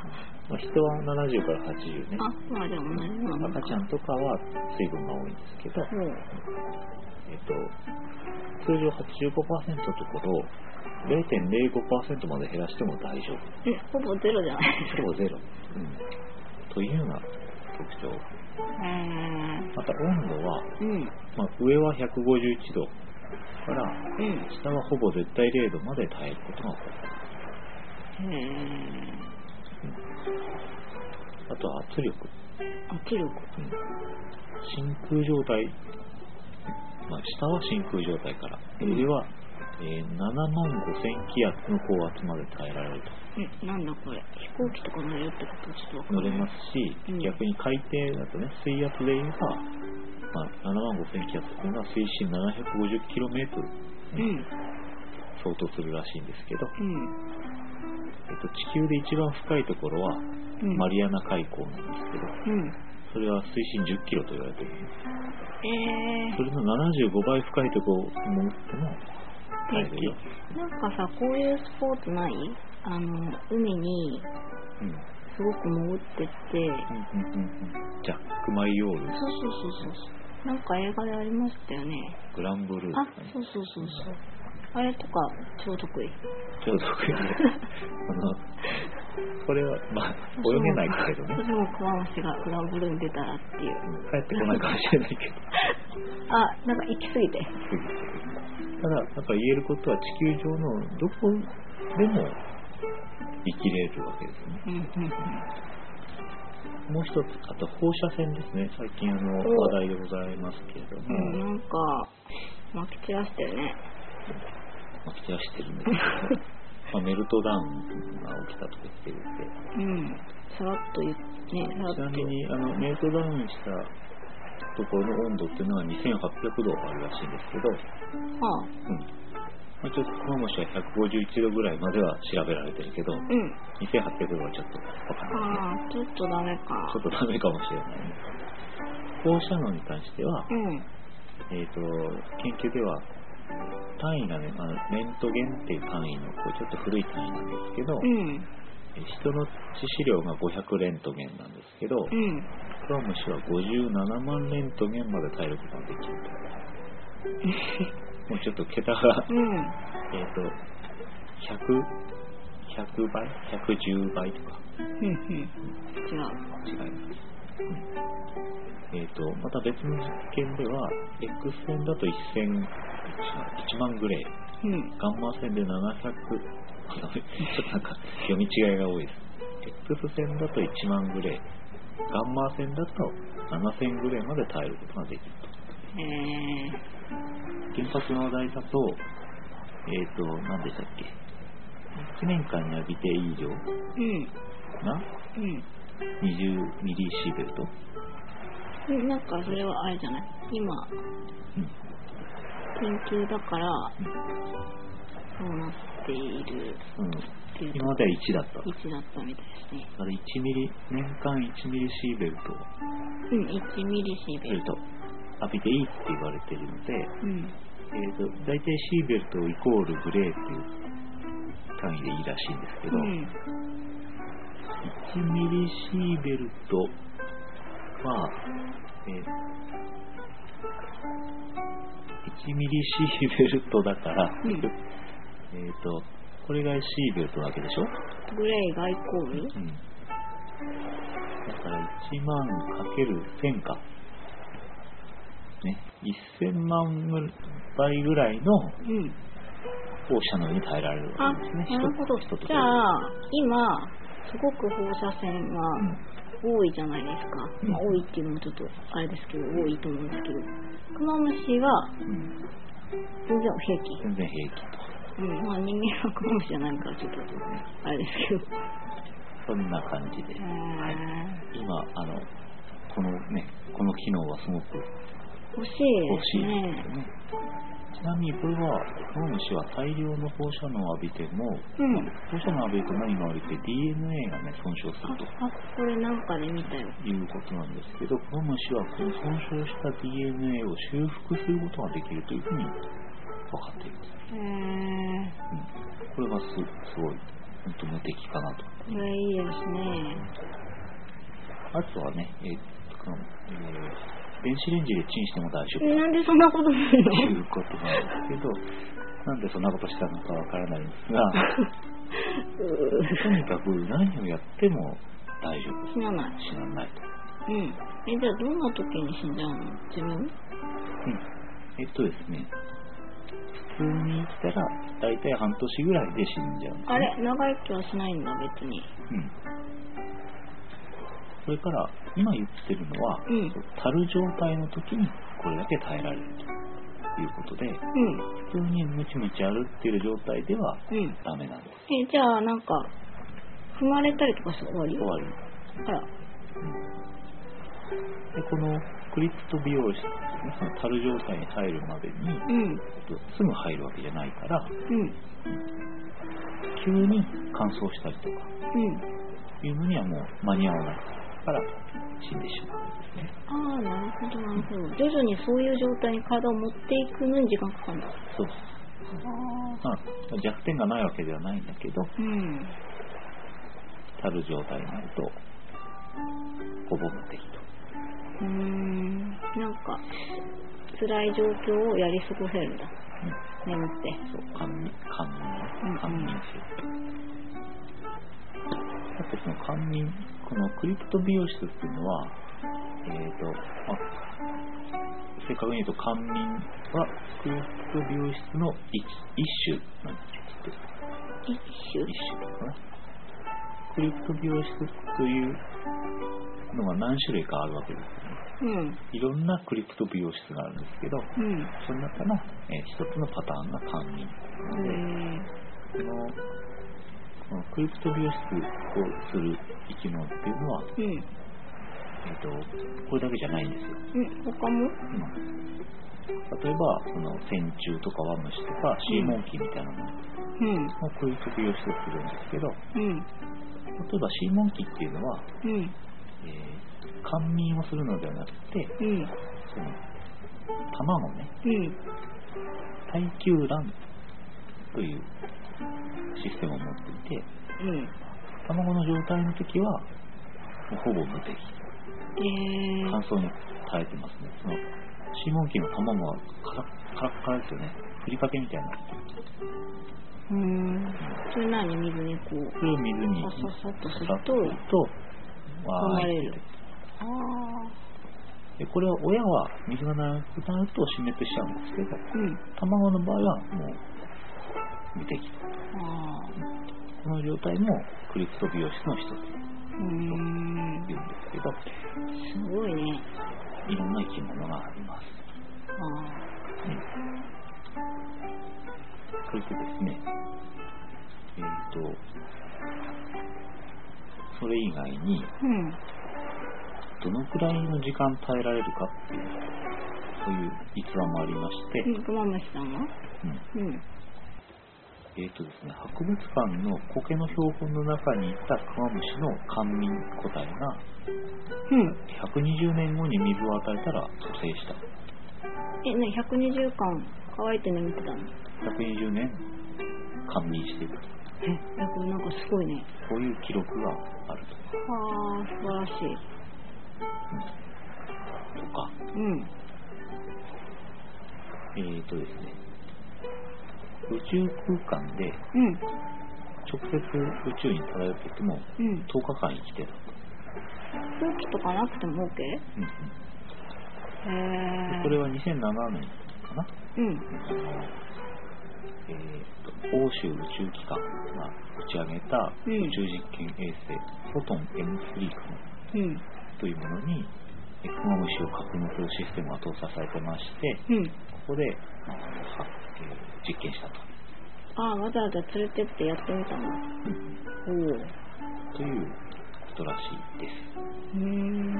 [SPEAKER 1] まあ、人は70から80ね。
[SPEAKER 2] あ、まあじゃあ同じなのか。
[SPEAKER 1] 赤ちゃんとかは水分が多いんですけど、
[SPEAKER 2] うん。
[SPEAKER 1] えっと、通常85%のところ、0.05%まで減らしても大丈夫。
[SPEAKER 2] え、ほぼゼロじゃないです
[SPEAKER 1] ほぼゼロ。うん。というような特徴。
[SPEAKER 2] か。え
[SPEAKER 1] また温度は、
[SPEAKER 2] ー。うん。
[SPEAKER 1] まあ、上は151度から、
[SPEAKER 2] うん。
[SPEAKER 1] 下はほぼ絶対0度まで耐えることが起こる。
[SPEAKER 2] へー。
[SPEAKER 1] あとは圧力。
[SPEAKER 2] 圧力。
[SPEAKER 1] うん真空状態、まあ、下は真空状態から、
[SPEAKER 2] うん
[SPEAKER 1] 上は、えー7万5000気圧の高圧まで耐えられる
[SPEAKER 2] え、なんだこれ。飛行機とか乗れるってことちょっ
[SPEAKER 1] と
[SPEAKER 2] と
[SPEAKER 1] 乗
[SPEAKER 2] わかん
[SPEAKER 1] れ
[SPEAKER 2] ない。
[SPEAKER 1] ますし、
[SPEAKER 2] うん
[SPEAKER 1] 逆に海底だとね、水圧で言えば、まあ、7万5000気圧っていうのは水深 750km
[SPEAKER 2] う
[SPEAKER 1] に
[SPEAKER 2] ん。
[SPEAKER 1] 相当するらしいんですけど、
[SPEAKER 2] うん。
[SPEAKER 1] えっと、地球で一番深いところは
[SPEAKER 2] うん。
[SPEAKER 1] マリアナ海溝なんですけど、
[SPEAKER 2] うん。
[SPEAKER 1] それは水深 10km と言われてるんです。
[SPEAKER 2] えー
[SPEAKER 1] そ。れの75倍深いところを潜っても耐えるよ。
[SPEAKER 2] なんかさ、こういうスポーツないあの、海に
[SPEAKER 1] うん
[SPEAKER 2] すごく潜ってって、
[SPEAKER 1] ジャック・マイオール、
[SPEAKER 2] そうそうそうそうそう。なんか映画でありましたよね。
[SPEAKER 1] グランブルー
[SPEAKER 2] あ
[SPEAKER 1] とかね、
[SPEAKER 2] そうそうそうそう。あれとか、超得意。
[SPEAKER 1] ちょうどこれあの、これは、まあ、泳げないけどね
[SPEAKER 2] 私、もクワムシがグランブルーに出たらっていう。
[SPEAKER 1] 帰ってこないかもしれないけど、
[SPEAKER 2] あ、なんか行き過ぎて。
[SPEAKER 1] ただ、なんか言えることは、地球上のどこでも生きれるわけですね。
[SPEAKER 2] うんうん
[SPEAKER 1] もう一つ、あと放射線ですね、最近あの
[SPEAKER 2] お
[SPEAKER 1] 話題でございますけれども、
[SPEAKER 2] うん。うん、なんか、まき散らしてるね。
[SPEAKER 1] まあ、らしてるんですけど、 まあ、メルトダウンが起きたとか言ってるんで。
[SPEAKER 2] うん。さらっと言って、
[SPEAKER 1] ち
[SPEAKER 2] ね、さら
[SPEAKER 1] な
[SPEAKER 2] っと。
[SPEAKER 1] みにあのメイトダウンしたところの温度っていうのは2800度あるらしいんですけど、
[SPEAKER 2] ああ、
[SPEAKER 1] うんまあ、ちょっとクマムシは151度ぐらいまでは調べられてるけど
[SPEAKER 2] うん。
[SPEAKER 1] 2800度はちょっとわかんないね
[SPEAKER 2] ああ、ちょっとダメか
[SPEAKER 1] ちょ。っとダメかもしれないね放射能に関しては、
[SPEAKER 2] うん。
[SPEAKER 1] えー、と研究では単位がねあのレントゲンっていう単位のこうちょっと古い単位なんですけど、
[SPEAKER 2] うん。
[SPEAKER 1] え人の致死量が500レントゲンなんですけど、
[SPEAKER 2] うん。
[SPEAKER 1] クワムシは57万レントゲンまで耐えることができると。もうちょっと桁が、
[SPEAKER 2] うん。
[SPEAKER 1] えっ、と、100、100倍 ?110 倍とか
[SPEAKER 2] うん。うん。
[SPEAKER 1] 違
[SPEAKER 2] 違う。
[SPEAKER 1] います。うん、えっ、と、また別の実験では、X 線だと1000、1万グレー、
[SPEAKER 2] うん。
[SPEAKER 1] ガンマ線で700、あのちょっとなんか読み違いが多いです。X 線だと1万グレー、ガンマ線だと7000グレーまで耐えることができると。
[SPEAKER 2] え
[SPEAKER 1] 原発の話題だと、えっ、ー、と、何でしたっけ、1年間に浴びていい量
[SPEAKER 2] ー。うん。
[SPEAKER 1] な
[SPEAKER 2] うん。
[SPEAKER 1] 20ミリシーベルト、
[SPEAKER 2] うんなんかそれはあれじゃない今、
[SPEAKER 1] うん
[SPEAKER 2] 研究だから、そうなっている
[SPEAKER 1] うん、
[SPEAKER 2] っていう
[SPEAKER 1] 今までは1だった。
[SPEAKER 2] 位置だったみたいですね。
[SPEAKER 1] あれ1ミリ、年間1ミリシーベルト、
[SPEAKER 2] うん、1ミリシーベ
[SPEAKER 1] ベル
[SPEAKER 2] ル
[SPEAKER 1] ト、浴びていいって言われてるので、
[SPEAKER 2] うん。
[SPEAKER 1] えっ、ー、と、大体シーベルトイコールグレーっていう単位でいいらしいんですけど、
[SPEAKER 2] うん。
[SPEAKER 1] 1ミリシーベルトは、えー1ミリシーベルトだから、
[SPEAKER 2] うん
[SPEAKER 1] えっ、と、これがシーベルトなわけでしょ、
[SPEAKER 2] グレーがイコール
[SPEAKER 1] うん、だから1万かける1000か。ね。1000万ぐ倍ぐらいの
[SPEAKER 2] うん。
[SPEAKER 1] 放射能に耐えられる
[SPEAKER 2] あ、
[SPEAKER 1] わけですね。
[SPEAKER 2] なるほど。
[SPEAKER 1] 人と
[SPEAKER 2] じゃあ、今、すごく放射線が
[SPEAKER 1] うん
[SPEAKER 2] 多いじゃないですか。
[SPEAKER 1] うん
[SPEAKER 2] まあ、多いっていうのもちょっとあれですけど、多いと思うんですけど。クマムシは
[SPEAKER 1] うん
[SPEAKER 2] 全然平気。
[SPEAKER 1] 全然平気と。
[SPEAKER 2] うん、まあ人間はクマムシじゃないからちょっと、あれですけど。
[SPEAKER 1] そんな感じで
[SPEAKER 2] へ。ー
[SPEAKER 1] 今、あの、このね、この機能はすごく
[SPEAKER 2] 欲しい
[SPEAKER 1] 欲
[SPEAKER 2] で
[SPEAKER 1] し
[SPEAKER 2] す
[SPEAKER 1] いです
[SPEAKER 2] ね。
[SPEAKER 1] よね。ちなみにこれは、クマムシは大量の放射能を浴びても、
[SPEAKER 2] うん。
[SPEAKER 1] 放射能を浴びると何が悪いって DNA がね、損傷す
[SPEAKER 2] あ、
[SPEAKER 1] ると。
[SPEAKER 2] あこれなんかで見たよ。
[SPEAKER 1] いうことなんですけど、クマムシはこの損傷した DNA を修復することができるというふうに分かっています。
[SPEAKER 2] へー
[SPEAKER 1] うん、これがすすごい、本当無敵かなと。
[SPEAKER 2] これいいですね。
[SPEAKER 1] あとはね、えーこのえー電子レンジでチンしても大丈夫
[SPEAKER 2] なんでそんなことする
[SPEAKER 1] と
[SPEAKER 2] の
[SPEAKER 1] いうことなんですけど、なんでそんなことしたのかわからないんですが、とにかく何をやっても大丈夫。
[SPEAKER 2] 死なない。
[SPEAKER 1] 死なないと。
[SPEAKER 2] うん。え、じゃあどんな時に死んじゃうの自分
[SPEAKER 1] うんえっとですね、普通に生きたら大体半年ぐらいで死んじゃうんですね
[SPEAKER 2] あれ長生きはしないんだ、別に。
[SPEAKER 1] うん。それから、今言ってるのは、
[SPEAKER 2] うん
[SPEAKER 1] たる状態の時にこれだけ耐えられるということで、
[SPEAKER 2] うん。
[SPEAKER 1] 普通にムチムチ歩ってる状態では
[SPEAKER 2] うん。
[SPEAKER 1] ダメなんです。
[SPEAKER 2] え、じゃあなんか、踏まれたりとかして終わり
[SPEAKER 1] 終わり。
[SPEAKER 2] あら。
[SPEAKER 1] で、このクリプト美容室ですね、そのたる状態に入るまでに、
[SPEAKER 2] うん。
[SPEAKER 1] すぐ入るわけじゃないから、
[SPEAKER 2] うん。
[SPEAKER 1] 急に乾燥したりとか
[SPEAKER 2] うん。
[SPEAKER 1] いうのにはもう間に合わないから死んでしまう。
[SPEAKER 2] ああ、なるほど、なるほど。徐々にそういう状態に体を持っていくのに時間かかるんだ。
[SPEAKER 1] そうです。まあ、弱点がないわけではないんだけど、
[SPEAKER 2] うん。
[SPEAKER 1] たる状態になると、ほぼ無敵と。
[SPEAKER 2] うーん。なんか、辛い状況をやり過ごせるんだ。眠って。
[SPEAKER 1] そう、官民、官
[SPEAKER 2] うんう
[SPEAKER 1] 民、
[SPEAKER 2] ん
[SPEAKER 1] 官民性。あとその官民、このクリプト美容室っていうのは、えっ、と、まあ、正確に言うと官民はクリプト美容室の一一種なんですよ。
[SPEAKER 2] 一種
[SPEAKER 1] 一種かな。クリプト美容室というのが何種類かあるわけですよね。
[SPEAKER 2] うん。
[SPEAKER 1] いろんなクリプト美容室があるんですけど、
[SPEAKER 2] うん。
[SPEAKER 1] その中の、えー一つのパターンが官民なので、
[SPEAKER 2] へ
[SPEAKER 1] このこのクリプト美容室をする生き物っていうのは、
[SPEAKER 2] ーうん。
[SPEAKER 1] えー、とこれだけじゃないんですよ、
[SPEAKER 2] うん。他も
[SPEAKER 1] 例えばその線虫とかワムシとかシーモンキーみたいなもの
[SPEAKER 2] うん。
[SPEAKER 1] もクリプト美容室をするんですけど
[SPEAKER 2] うん。
[SPEAKER 1] 例えばシーモンキーっていうのは、
[SPEAKER 2] うん。
[SPEAKER 1] えー、官民をするのではなくて
[SPEAKER 2] うん。
[SPEAKER 1] その卵ね
[SPEAKER 2] うん。
[SPEAKER 1] 耐久卵というシステムを持っていて
[SPEAKER 2] うん。
[SPEAKER 1] 卵の状態の時はもうほぼ無敵
[SPEAKER 2] え
[SPEAKER 1] 乾燥に耐えてますね。その、シーモンキーの卵はカラッカラッカラですよね。ふりかけみたいな。
[SPEAKER 2] ー。うん。それ何水にこう。
[SPEAKER 1] それを水に
[SPEAKER 2] さささっとすると
[SPEAKER 1] さっとわーい
[SPEAKER 2] 飲まれるああ。
[SPEAKER 1] で、これは親は水がなくなると死滅しちゃうんですけど、
[SPEAKER 2] うん。
[SPEAKER 1] 卵の場合はもう無敵。
[SPEAKER 2] ああ。
[SPEAKER 1] この状態もクリプト美容室の一つって
[SPEAKER 2] うーん。
[SPEAKER 1] 言うんですけど、
[SPEAKER 2] すごいね。
[SPEAKER 1] いろんな生き物があります。
[SPEAKER 2] ああ。
[SPEAKER 1] それとですね、えっ、と、それ以外に、
[SPEAKER 2] うん。
[SPEAKER 1] どのくらいの時間耐えられるかっていう、そういう逸話もありまして、
[SPEAKER 2] クマムシさんは
[SPEAKER 1] うん
[SPEAKER 2] うん。
[SPEAKER 1] えっ、とですね、博物館の苔の標本の中にいたクマムシの官民個体が、
[SPEAKER 2] うん。
[SPEAKER 1] 120年後に水を与えたら蘇生した。
[SPEAKER 2] え、ね、120巻乾いて眠ってたの
[SPEAKER 1] 120年、官民していくと。
[SPEAKER 2] え、だからなんかすごいね。
[SPEAKER 1] こういう記録があると
[SPEAKER 2] はあ、素晴らしい。
[SPEAKER 1] とか、
[SPEAKER 2] うん。
[SPEAKER 1] えーとですね、宇宙空間で
[SPEAKER 2] うん。
[SPEAKER 1] 直接宇宙に漂っていても
[SPEAKER 2] うん。
[SPEAKER 1] 10日間生きてた。
[SPEAKER 2] 空気とかなくても OK? へ
[SPEAKER 1] うんうん
[SPEAKER 2] え
[SPEAKER 1] でこれは2007年かな、
[SPEAKER 2] うん
[SPEAKER 1] えーと欧州宇宙機関が打ち上げた
[SPEAKER 2] うん
[SPEAKER 1] 宇宙実験衛星、フォトン M3 かな
[SPEAKER 2] うん
[SPEAKER 1] というものにエクマムシを格納するシステムが搭載されてまして
[SPEAKER 2] うん
[SPEAKER 1] ここで、まあはえー実験したと、
[SPEAKER 2] ああわざわざ連れてってやってみたのおおう
[SPEAKER 1] ということらしいです、
[SPEAKER 2] ーん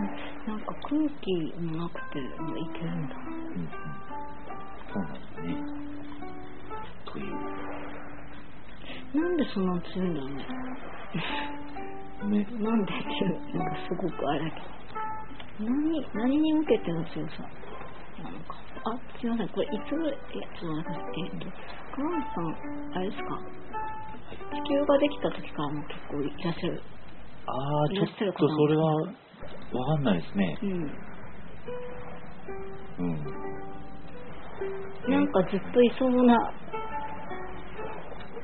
[SPEAKER 2] なんか空気もなくてもいけるんだ
[SPEAKER 1] うんうん、そうなんですねという
[SPEAKER 2] なんでそんな強いんだろうね
[SPEAKER 1] ね
[SPEAKER 2] なんでっていうなんかすごくあれだけど何何に向けての強さなのかあすいませんこれいつぐらいえちょっと待ってえっと川内さんあれですか地球ができた時からも結構いらっしゃる
[SPEAKER 1] ああ
[SPEAKER 2] い
[SPEAKER 1] ちょ
[SPEAKER 2] ら
[SPEAKER 1] っ
[SPEAKER 2] っしゃる
[SPEAKER 1] と
[SPEAKER 2] 方
[SPEAKER 1] それはわかんないですね
[SPEAKER 2] うん
[SPEAKER 1] うん
[SPEAKER 2] なんかずっといそうな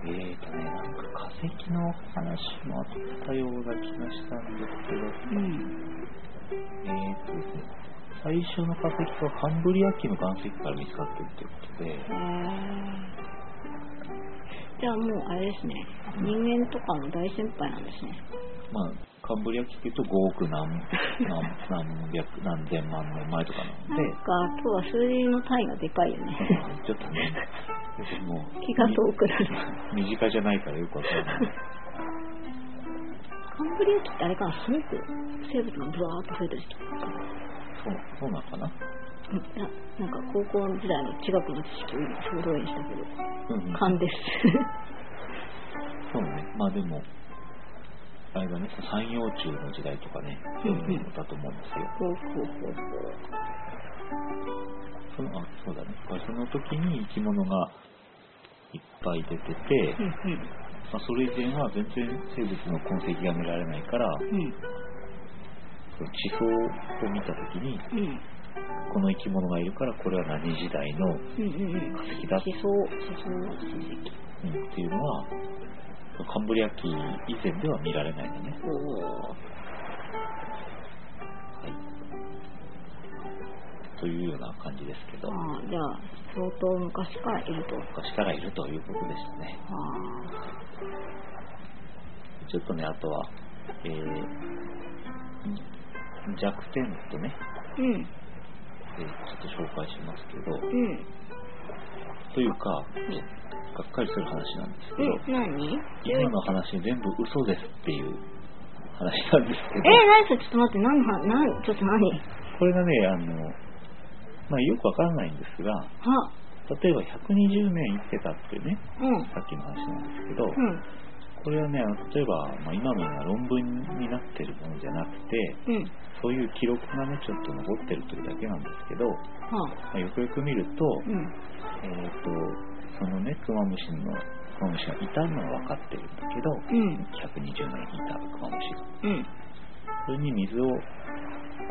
[SPEAKER 1] えーとね、なんか化石の話もあったような気がしたんですけど、
[SPEAKER 2] うん
[SPEAKER 1] えーとですね、最初の化石はカンブリア紀の岩石から見つかってるということで、
[SPEAKER 2] へーじゃあもうあれですね人間とかの大先輩なんですね
[SPEAKER 1] まあ、カンブリア紀っていうと5億何 何何百何千万年前とかな
[SPEAKER 2] な
[SPEAKER 1] ので
[SPEAKER 2] ん、か今日は数字の単位がでかいよね
[SPEAKER 1] ちょっとね、もう
[SPEAKER 2] 気が遠くなる
[SPEAKER 1] 身近じゃないからよくわからない。
[SPEAKER 2] カンブリア紀ってあれかなすごく生物がブワーッと増えた時期かな
[SPEAKER 1] そうそうなのかな、
[SPEAKER 2] うんいやなんか高校時代の地学の知識を今総動員したけど
[SPEAKER 1] うんうん、
[SPEAKER 2] 勘です
[SPEAKER 1] そうね、まあでも、あれだね、三葉虫の時代とかね、そういうのだと思うんですよ。
[SPEAKER 2] ほうほうほうほ
[SPEAKER 1] そのあそうだねだからその時に生き物がいっぱい出てて、
[SPEAKER 2] うう
[SPEAKER 1] ま
[SPEAKER 2] ん
[SPEAKER 1] あ、それ以前は全然生物の痕跡が見られないから
[SPEAKER 2] うん
[SPEAKER 1] その地層を見た時に
[SPEAKER 2] うんうん
[SPEAKER 1] この生き物がいるからこれは何時代の、
[SPEAKER 2] うんうん
[SPEAKER 1] 化石だ
[SPEAKER 2] 地層地層の地石
[SPEAKER 1] うん、っていうのはカンブリア紀以前では見られないのね、
[SPEAKER 2] おお
[SPEAKER 1] はい、というような感じですけど
[SPEAKER 2] ああじゃあ相当昔からいるとあ
[SPEAKER 1] 昔からいるということでしたね
[SPEAKER 2] あ
[SPEAKER 1] ちょっとねあとは、えー、弱点とね
[SPEAKER 2] うん
[SPEAKER 1] えーちょっと紹介しますけど、
[SPEAKER 2] うん
[SPEAKER 1] というか、
[SPEAKER 2] ん
[SPEAKER 1] がっかりする話なんですけど、
[SPEAKER 2] うん何
[SPEAKER 1] 今の話全部嘘ですっていう話なんですけ
[SPEAKER 2] え
[SPEAKER 1] ど、
[SPEAKER 2] 何それちょっと待って何の話何ちょっと何
[SPEAKER 1] これがね、あの、まあよくわからないんですが、
[SPEAKER 2] あ
[SPEAKER 1] 例えば120年生きてたっていうね、
[SPEAKER 2] うん
[SPEAKER 1] さっきの話なんですけど、
[SPEAKER 2] うん
[SPEAKER 1] これはね、あの例えば、まあ、今のような論文になってるものじゃなくて、
[SPEAKER 2] うん
[SPEAKER 1] そういう記録がね、ちょっと残ってるというだけなんですけど、
[SPEAKER 2] はあ
[SPEAKER 1] まあよくよく見ると、
[SPEAKER 2] うん
[SPEAKER 1] えっ、と、そのね、クマムシの、クマムシがいたのは分かってるんだけど、
[SPEAKER 2] うん
[SPEAKER 1] 120年いたクマムシが。
[SPEAKER 2] うん
[SPEAKER 1] それに水をあ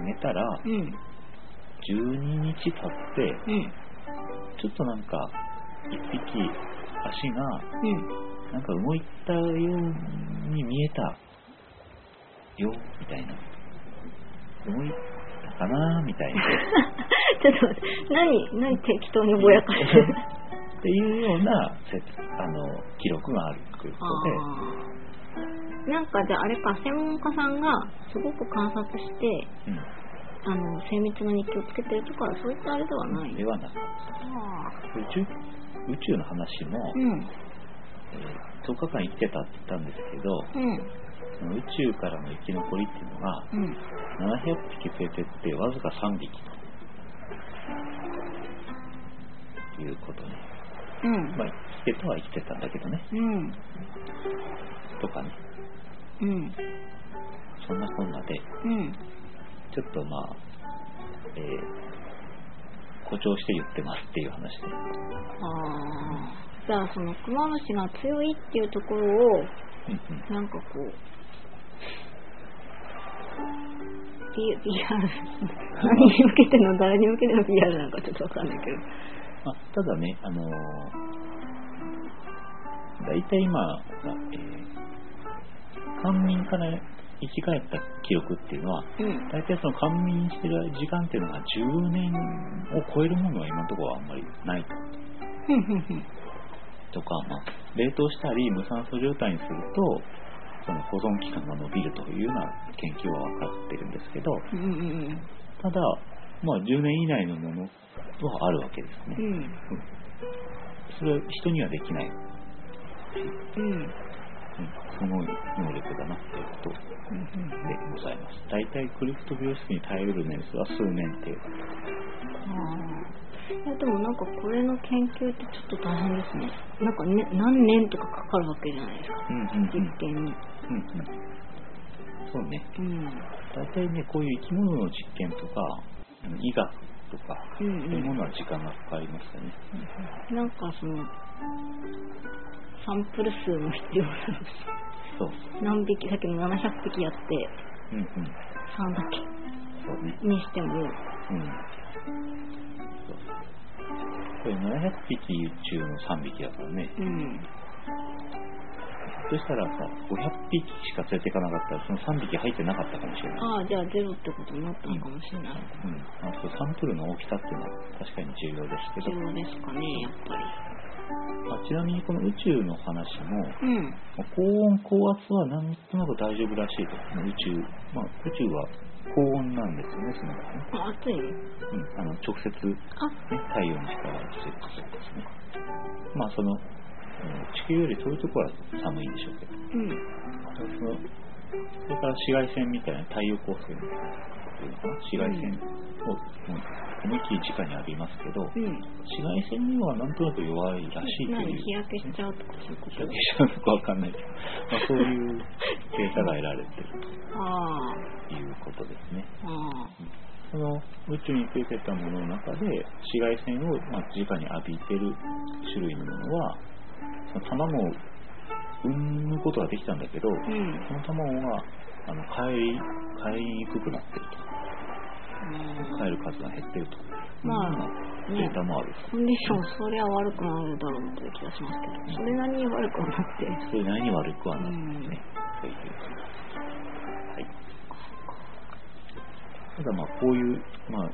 [SPEAKER 1] げたら、
[SPEAKER 2] うん
[SPEAKER 1] 12日経って、
[SPEAKER 2] うん
[SPEAKER 1] ちょっとなんか、一匹足が、
[SPEAKER 2] うん
[SPEAKER 1] なんか動いたように見えたよ、みたいな。動いたかな、みたいな。
[SPEAKER 2] ちょっと待って、何、何適当にぼやかしてる。
[SPEAKER 1] っていうような、せあの、記録があるというこ
[SPEAKER 2] あ
[SPEAKER 1] とで、
[SPEAKER 2] ーなんかじゃああれか、専門家さんがすごく観察し
[SPEAKER 1] う
[SPEAKER 2] て、
[SPEAKER 1] ん
[SPEAKER 2] あの、精密な日記をつけてるとか、そういったあれではない。
[SPEAKER 1] ではなく
[SPEAKER 2] あ
[SPEAKER 1] 宇宙宇宙の話も、
[SPEAKER 2] ーうん、
[SPEAKER 1] えー10日間生きてたって言ったんですけど
[SPEAKER 2] うん、
[SPEAKER 1] その宇宙からの生き残りっていうのが
[SPEAKER 2] うん。
[SPEAKER 1] 700匹連れてってわずか3匹ということね、
[SPEAKER 2] うん
[SPEAKER 1] まあ、生きてたは生きてたんだけどね
[SPEAKER 2] うん、
[SPEAKER 1] とかね
[SPEAKER 2] うん、
[SPEAKER 1] そんなこんなで
[SPEAKER 2] うん。
[SPEAKER 1] ちょっとまあ、えー誇張して言ってますっていう話で
[SPEAKER 2] あーじゃあそのクマムシが強いっていうところを、
[SPEAKER 1] うんうん
[SPEAKER 2] なんかこう、B- PR、何に向けての、誰に向けての PR なんかちょっとわかんないけど。
[SPEAKER 1] まあ、ただね、あのー大体今が、えー、官民から生き返った記録っていうのは、
[SPEAKER 2] うん。
[SPEAKER 1] 大体その官民してる時間っていうのが10年を超えるものは今のところはあんまりないと。
[SPEAKER 2] ふんふんふん。
[SPEAKER 1] とか、まあ、冷凍したり無酸素状態にするとその保存期間が伸びるというような研究は分かってるんですけど
[SPEAKER 2] うんうん
[SPEAKER 1] ただ、まあ、10年以内のものはあるわけです
[SPEAKER 2] う
[SPEAKER 1] ね
[SPEAKER 2] ん。
[SPEAKER 1] それは人にはできない、
[SPEAKER 2] うん。うん。
[SPEAKER 1] うん、その能力だなっていうことでございます大体クリフト病室に耐えうる年数は数年程度
[SPEAKER 2] いやでもなんかこれの研究ってちょっと大変ですね。なんかね何年とかかかるわけじゃないですか。
[SPEAKER 1] うんうん
[SPEAKER 2] 実験に。
[SPEAKER 1] うんうんそうね
[SPEAKER 2] うん。
[SPEAKER 1] 大体ねこういう生き物の実験とかあの医学とか
[SPEAKER 2] う
[SPEAKER 1] そうんいううんも。のは時間がかかりましたね
[SPEAKER 2] なんかそのサンプル数も必要なんです
[SPEAKER 1] そう
[SPEAKER 2] 何匹さっきの700匹やって
[SPEAKER 1] うんうん
[SPEAKER 2] 3だけ
[SPEAKER 1] そうね。
[SPEAKER 2] にしても
[SPEAKER 1] うん。そうこれ700匹中の3匹だからね。
[SPEAKER 2] うん
[SPEAKER 1] そしたらさ、500匹しか連れていかなかったら、その3匹入ってなかったかもしれない。
[SPEAKER 2] ああじゃあゼロってことになったのかもしれない
[SPEAKER 1] うん。あとサンプルの大きさっていうのは確かに重要です
[SPEAKER 2] ゼ
[SPEAKER 1] けど、
[SPEAKER 2] ロですかねやっぱ
[SPEAKER 1] まあちなみにこの宇宙の話も、
[SPEAKER 2] りうん
[SPEAKER 1] まあ高温高圧はなんとなく大丈夫らしいと。宇宙、まあ宇宙は高温なんですよね、その場合ね。
[SPEAKER 2] あ暑い
[SPEAKER 1] う
[SPEAKER 2] の
[SPEAKER 1] ん。あの、直接
[SPEAKER 2] あ
[SPEAKER 1] ね、太陽の光が直接するですね。まあその、うん地球より遠いところは寒いんでしょうけど、
[SPEAKER 2] うん
[SPEAKER 1] そのそれから紫外線みたいな太陽光線っていうのかな紫外線をもう思いっきり直に浴びますけど、紫
[SPEAKER 2] うん
[SPEAKER 1] 外線にはなんとなく弱いらしいと
[SPEAKER 2] 何
[SPEAKER 1] いう
[SPEAKER 2] 日。焼けしちゃうとかそういうこ
[SPEAKER 1] いやよくわかんないけど、まあ、 そういうデータが得られてる
[SPEAKER 2] とああ
[SPEAKER 1] ということですね。
[SPEAKER 2] あ
[SPEAKER 1] その宇宙に出てたものの中で紫外線をまあ直に浴びてる種類のものはその卵を産むことができたんだけど
[SPEAKER 2] あうん
[SPEAKER 1] その卵があの帰り帰りにくくなってると帰る数が減ってると
[SPEAKER 2] ま
[SPEAKER 1] い
[SPEAKER 2] あ
[SPEAKER 1] うようなデータもある、
[SPEAKER 2] コンディションそりゃ悪くなるだろうという気がしますけどそれなりに悪くはなくて
[SPEAKER 1] それなりに悪くはなって
[SPEAKER 2] うん
[SPEAKER 1] ね、そういうはいただまあこういう、まあ、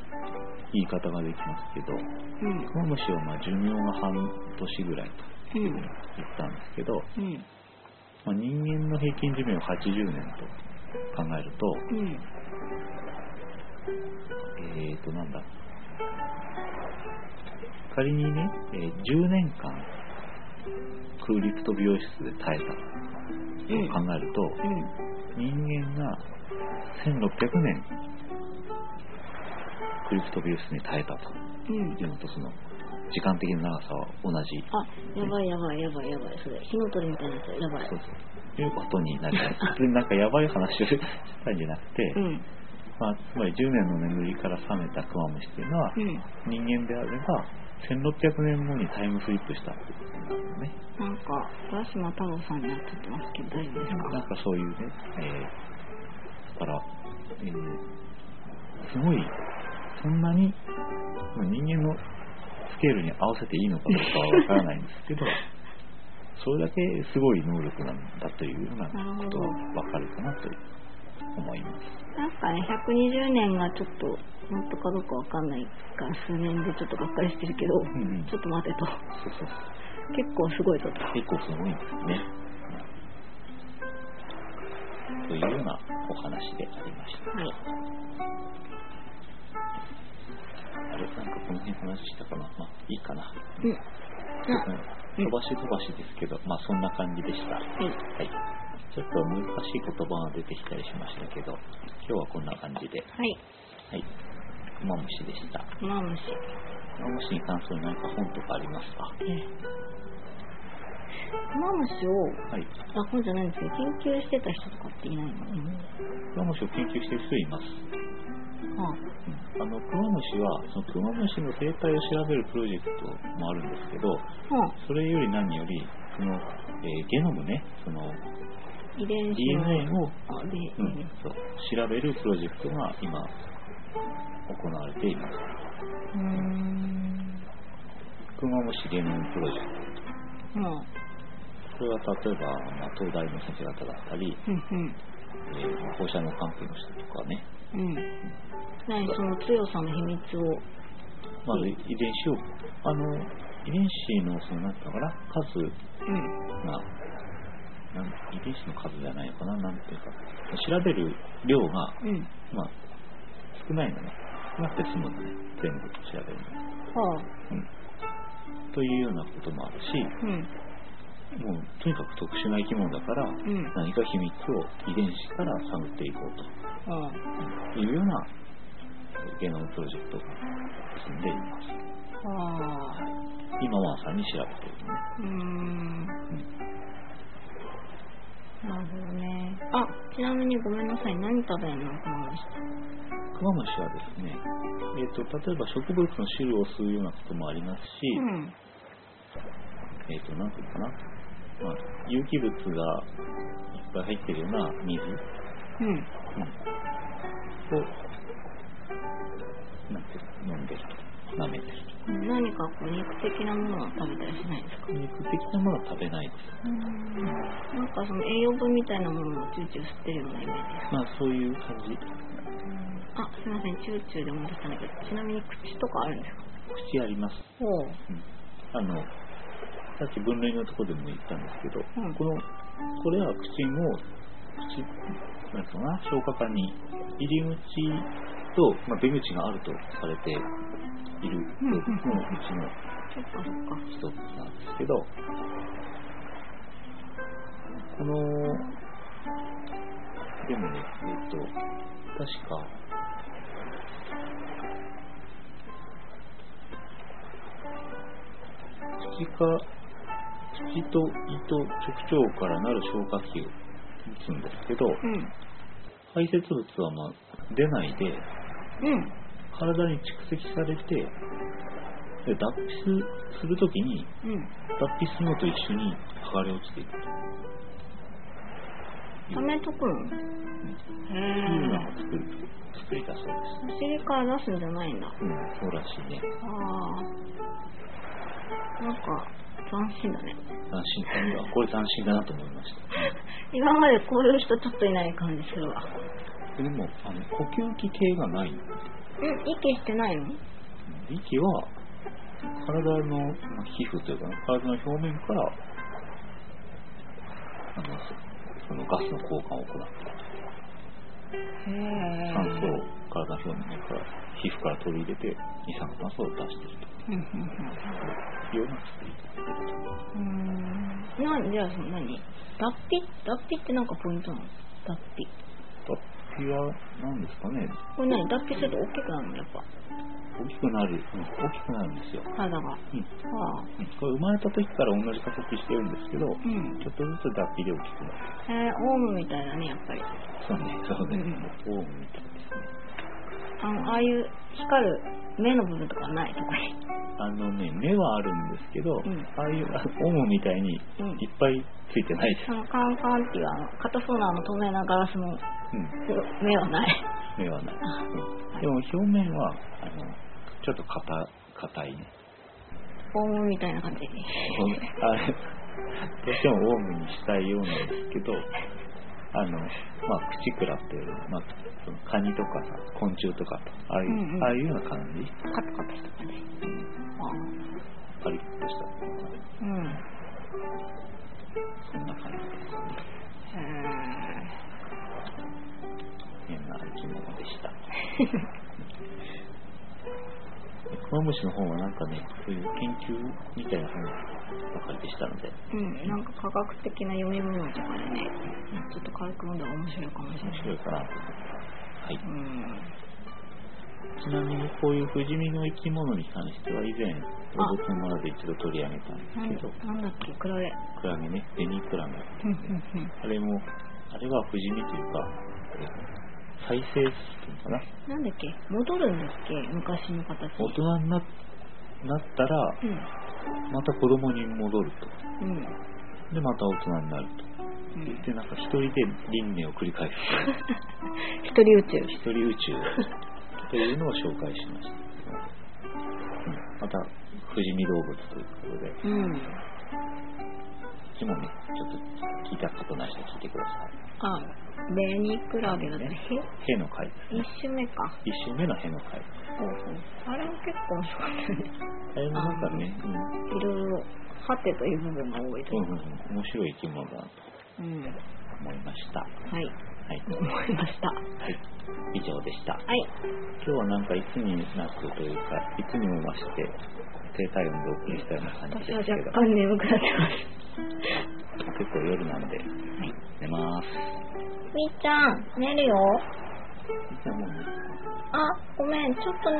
[SPEAKER 1] 言い方ができますけど
[SPEAKER 2] うん
[SPEAKER 1] クマムシはまあ寿命が半年ぐらいと
[SPEAKER 2] う
[SPEAKER 1] 言っ
[SPEAKER 2] ん
[SPEAKER 1] たんですけど、
[SPEAKER 2] うん
[SPEAKER 1] まあ、人間の平均寿命は80年と考えると、
[SPEAKER 2] うん
[SPEAKER 1] えーと、なんだ。仮にね、えー10年間、クーリプト美容室で耐えた
[SPEAKER 2] うん
[SPEAKER 1] と考えると、
[SPEAKER 2] うん
[SPEAKER 1] 人間が1600年、クーリプト美容室に耐えたと
[SPEAKER 2] うん
[SPEAKER 1] いうのと、その、時間的な長さは同じ
[SPEAKER 2] あやばいやばいやばいやばいそれ火の鳥みたいなやつやばい
[SPEAKER 1] そうそう。いうことになり ます。別になんかやばい話をしたいんじゃなくて、
[SPEAKER 2] うん
[SPEAKER 1] まあ、つまり10年の眠りから覚めたクマムシっていうのは、
[SPEAKER 2] うん
[SPEAKER 1] 人間であれば、1600年後にタイムスリップしたってことなんだよね。
[SPEAKER 2] なんか浦島太郎さんになっちゃってますけど大丈夫です
[SPEAKER 1] なん
[SPEAKER 2] か
[SPEAKER 1] かそういうね、えー、だから、えー、すごい、そんなに、まあ、人間のスケールに合わせていいのかどうかはわからないんです けど、それだけすごい能力なんだというようなことはわかるかなと思います。
[SPEAKER 2] なんかね120年がちょっと本当かどうかわかんないから数年でちょっとがっかりしてるけど、
[SPEAKER 1] うんうん
[SPEAKER 2] ちょっと待てと
[SPEAKER 1] そうそうそう。
[SPEAKER 2] 結構すごいぞと
[SPEAKER 1] 結構すごいんですね。というようなお話でありました。
[SPEAKER 2] はい
[SPEAKER 1] あれ、なんかこの辺話したかなまあ、いいかな。
[SPEAKER 2] うん
[SPEAKER 1] うん飛ばし飛ばしですけど、まあそんな感じでした。はい。
[SPEAKER 2] はい
[SPEAKER 1] ちょっと難しい言葉が出てきたりしましたけど、今日はこんな感じで、
[SPEAKER 2] はい
[SPEAKER 1] はい。クマムシでした。ク
[SPEAKER 2] クマムシ
[SPEAKER 1] マムシに関する何か本とかありますか
[SPEAKER 2] ええクマムシを
[SPEAKER 1] はい。
[SPEAKER 2] あ本じゃないんですけど研究してた人とかっていないの、
[SPEAKER 1] クマムシを研究している人います。
[SPEAKER 2] あ
[SPEAKER 1] あのクマムシはそのクマムシの生態を調べるプロジェクトもあるんですけど
[SPEAKER 2] あ
[SPEAKER 1] それより何よりその、えーゲノムねその
[SPEAKER 2] 遺伝子の
[SPEAKER 1] DNA を、
[SPEAKER 2] あで、
[SPEAKER 1] う
[SPEAKER 2] うん
[SPEAKER 1] ん、そう調べるプロジェクトが今行われています
[SPEAKER 2] うーん
[SPEAKER 1] クマムシゲノムプロジェク
[SPEAKER 2] も
[SPEAKER 1] それは例えば、まあ、東大の先生方だったり、
[SPEAKER 2] うん
[SPEAKER 1] えー放射能関係の人とかね、
[SPEAKER 2] うんうん何その強さの秘密を
[SPEAKER 1] まず遺伝子を、あの、遺伝子の、その、なんていうのかな、数
[SPEAKER 2] うん
[SPEAKER 1] が、なん遺伝子の数じゃないのかな、なんていうか、調べる量が、
[SPEAKER 2] うん
[SPEAKER 1] まあ、少ないのね。少なくて済むのね、全部調べるの。
[SPEAKER 2] はあ
[SPEAKER 1] うん。というようなこともあるし、
[SPEAKER 2] うん
[SPEAKER 1] もう、とにかく特殊な生き物だから、
[SPEAKER 2] うん
[SPEAKER 1] 何か秘密を遺伝子から探っていこう
[SPEAKER 2] はあ
[SPEAKER 1] というようなゲノムプロジェクトが進んでいます。
[SPEAKER 2] はあ
[SPEAKER 1] 今はまさに調べているね。
[SPEAKER 2] うーんなるほどねあちなみにごめんなさい何食べるのこの人
[SPEAKER 1] クマムシはですね、えー、と例えば植物の汁を吸うようなこともありますし、
[SPEAKER 2] うん
[SPEAKER 1] えっ、と、なんていうのかな、まあ、有機物がいっぱい入ってるような水、
[SPEAKER 2] うん
[SPEAKER 1] を、なんていうの飲んでると、舐めてる
[SPEAKER 2] 何かこう肉的なものは食べたりしないんですか
[SPEAKER 1] と。肉的なものは食べないです。
[SPEAKER 2] なんかその栄養分みたいなものをチューチュー吸ってるようなイメージです
[SPEAKER 1] まあ、そういう感じ。
[SPEAKER 2] あすいませんチューチューで思い出したんだけどちなみに口とかあるんですか
[SPEAKER 1] 口あります。
[SPEAKER 2] ほう
[SPEAKER 1] あの、さっき分類のとこでも言ったんですけど、
[SPEAKER 2] うん
[SPEAKER 1] この、これは口を、口、なんていうのかな、消化管に入り口と、まあ、出口があるとされている
[SPEAKER 2] うん
[SPEAKER 1] 動物のうちの
[SPEAKER 2] そっかそっか
[SPEAKER 1] 一つなんですけど、この、でもね、えっと、確か、口か、口と胃と直腸からなる消化器を打つんですけど、
[SPEAKER 2] う
[SPEAKER 1] 排泄物はまあ出ないで、
[SPEAKER 2] んうん
[SPEAKER 1] 体に蓄積されて、で脱皮するときに
[SPEAKER 2] うん
[SPEAKER 1] 脱皮するのと一緒に剥がれ落ちていくと
[SPEAKER 2] ためとくの
[SPEAKER 1] いうような
[SPEAKER 2] へえ
[SPEAKER 1] 作り作りだそうです。
[SPEAKER 2] お尻から出すんじゃないんだ
[SPEAKER 1] うん、そうらしいね。
[SPEAKER 2] ああなんか斬新だね
[SPEAKER 1] 斬新だな。これ斬新だなと思いました。
[SPEAKER 2] 今までこういう人ちょっといない感じするわ
[SPEAKER 1] ででもあの、呼吸器系がない。
[SPEAKER 2] うん息してないの
[SPEAKER 1] 息は体の、まあ、皮膚というか、体の表面からあのそそのガスの交換を行って、
[SPEAKER 2] へえ
[SPEAKER 1] 酸素を体の表面から、皮膚から取り入れて、二酸化炭素を出している
[SPEAKER 2] うんうん
[SPEAKER 1] というような作りです。
[SPEAKER 2] うんうーんなんじゃあその何脱皮脱皮ってなんかポイントなの脱皮
[SPEAKER 1] 脱皮は何ですかね
[SPEAKER 2] これ何脱皮すると大きくなるのやっぱ
[SPEAKER 1] 大きくなる、うん大きくなるんですよ、
[SPEAKER 2] 肌が
[SPEAKER 1] う
[SPEAKER 2] は
[SPEAKER 1] ん
[SPEAKER 2] あ
[SPEAKER 1] うんこれ生まれた時から同じ形してるんですけど、
[SPEAKER 2] うん
[SPEAKER 1] ちょっとずつ脱皮で大きくなる
[SPEAKER 2] へえオウムみたいだねやっぱり
[SPEAKER 1] そうねそうね、
[SPEAKER 2] う
[SPEAKER 1] オウムみたいですね
[SPEAKER 2] あのああいう光る目の部分とかないとかに
[SPEAKER 1] あのね目はあるんですけど、
[SPEAKER 2] ん
[SPEAKER 1] ああいうあオウムみたいにいっ
[SPEAKER 2] うん
[SPEAKER 1] ぱいついてないです、
[SPEAKER 2] そのカンカンっていうあの硬そうなあの透明なガラスの
[SPEAKER 1] うん、
[SPEAKER 2] 目はない
[SPEAKER 1] 目はない、
[SPEAKER 2] あ
[SPEAKER 1] うんでも表面はあのちょっと硬硬いね
[SPEAKER 2] オウムみたいな感じに
[SPEAKER 1] オウムあれどうしてもオウムにしたいようなんですけどあのまあクチクラっていう、まあ、そのカニとかさ昆虫とかとああいう、
[SPEAKER 2] うんうん
[SPEAKER 1] ああいうような感じ
[SPEAKER 2] カタカタした感じあ
[SPEAKER 1] パリッとした
[SPEAKER 2] うんへ
[SPEAKER 1] そんな感じですね変な生き物で したクマムシの方はなんかねそういう研究みたいな本ばかりでしたので、
[SPEAKER 2] えうんなんか科学的な読み物とかでねちょっと軽く読んだら面白いかもしれ
[SPEAKER 1] 面
[SPEAKER 2] ない
[SPEAKER 1] 白いかなと思います、はい、
[SPEAKER 2] うん
[SPEAKER 1] ちなみにこういう不死身の生き物に関しては以前動物の村で一度取り上げたんですけど
[SPEAKER 2] なんなんだっけクラゲ
[SPEAKER 1] クラゲねベニクラゲ
[SPEAKER 2] うんうんうん
[SPEAKER 1] あれもあれは不死身というかえー再生するっていうのかな
[SPEAKER 2] なんだっけ戻るんだっけ昔の形
[SPEAKER 1] 大人になっなったらまた子供に戻ると
[SPEAKER 2] うんうん
[SPEAKER 1] でまた大人になる
[SPEAKER 2] う
[SPEAKER 1] と
[SPEAKER 2] ん
[SPEAKER 1] でなんか一人で輪廻を繰り返す
[SPEAKER 2] 一人宇宙
[SPEAKER 1] 一人宇宙というのを紹介しました、うんまた不死身動物ということで
[SPEAKER 2] うん
[SPEAKER 1] っちもね、ちょっと聞いたことない人聞いてください。
[SPEAKER 2] あ、ベニクラゲのね、へ
[SPEAKER 1] への回ですね
[SPEAKER 2] 一。周目か。
[SPEAKER 1] 一周目のへの回。
[SPEAKER 2] あれも結構面白かったね。
[SPEAKER 1] あれもなんかね、うん、
[SPEAKER 2] いろいろ、はてという部分が多いと
[SPEAKER 1] う
[SPEAKER 2] い
[SPEAKER 1] ん
[SPEAKER 2] うか。
[SPEAKER 1] うん、面白い生き物だなと
[SPEAKER 2] うん。は
[SPEAKER 1] 思いました。
[SPEAKER 2] い。
[SPEAKER 1] はい。
[SPEAKER 2] 思いました。は
[SPEAKER 1] はい。以上でした。
[SPEAKER 2] い。
[SPEAKER 1] 今日はなんかいつになくというか、いつにも増して、低体温でお送りしたような感じ
[SPEAKER 2] 私
[SPEAKER 1] で
[SPEAKER 2] は
[SPEAKER 1] すけ
[SPEAKER 2] 若
[SPEAKER 1] ど、
[SPEAKER 2] 干眠くなってます。
[SPEAKER 1] 結構夜なんで、
[SPEAKER 2] はい。
[SPEAKER 1] 寝ます。
[SPEAKER 2] みーちゃん、寝るよ。
[SPEAKER 1] じゃあもうね、
[SPEAKER 2] あ、ごめん、ちょっと、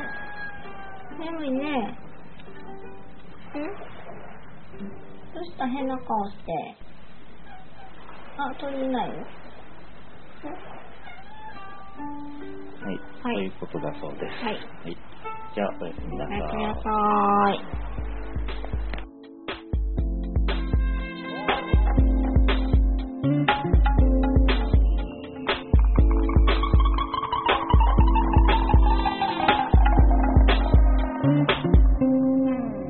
[SPEAKER 2] 眠いね。んどうした変な顔して。あ、鳥いないよ。
[SPEAKER 1] はい。
[SPEAKER 2] はい
[SPEAKER 1] ということだそうです。
[SPEAKER 2] はい。
[SPEAKER 1] はい。じゃあ、おやすみな
[SPEAKER 2] おや
[SPEAKER 1] さ。
[SPEAKER 2] すみないさーい。
[SPEAKER 3] Mm-hmm.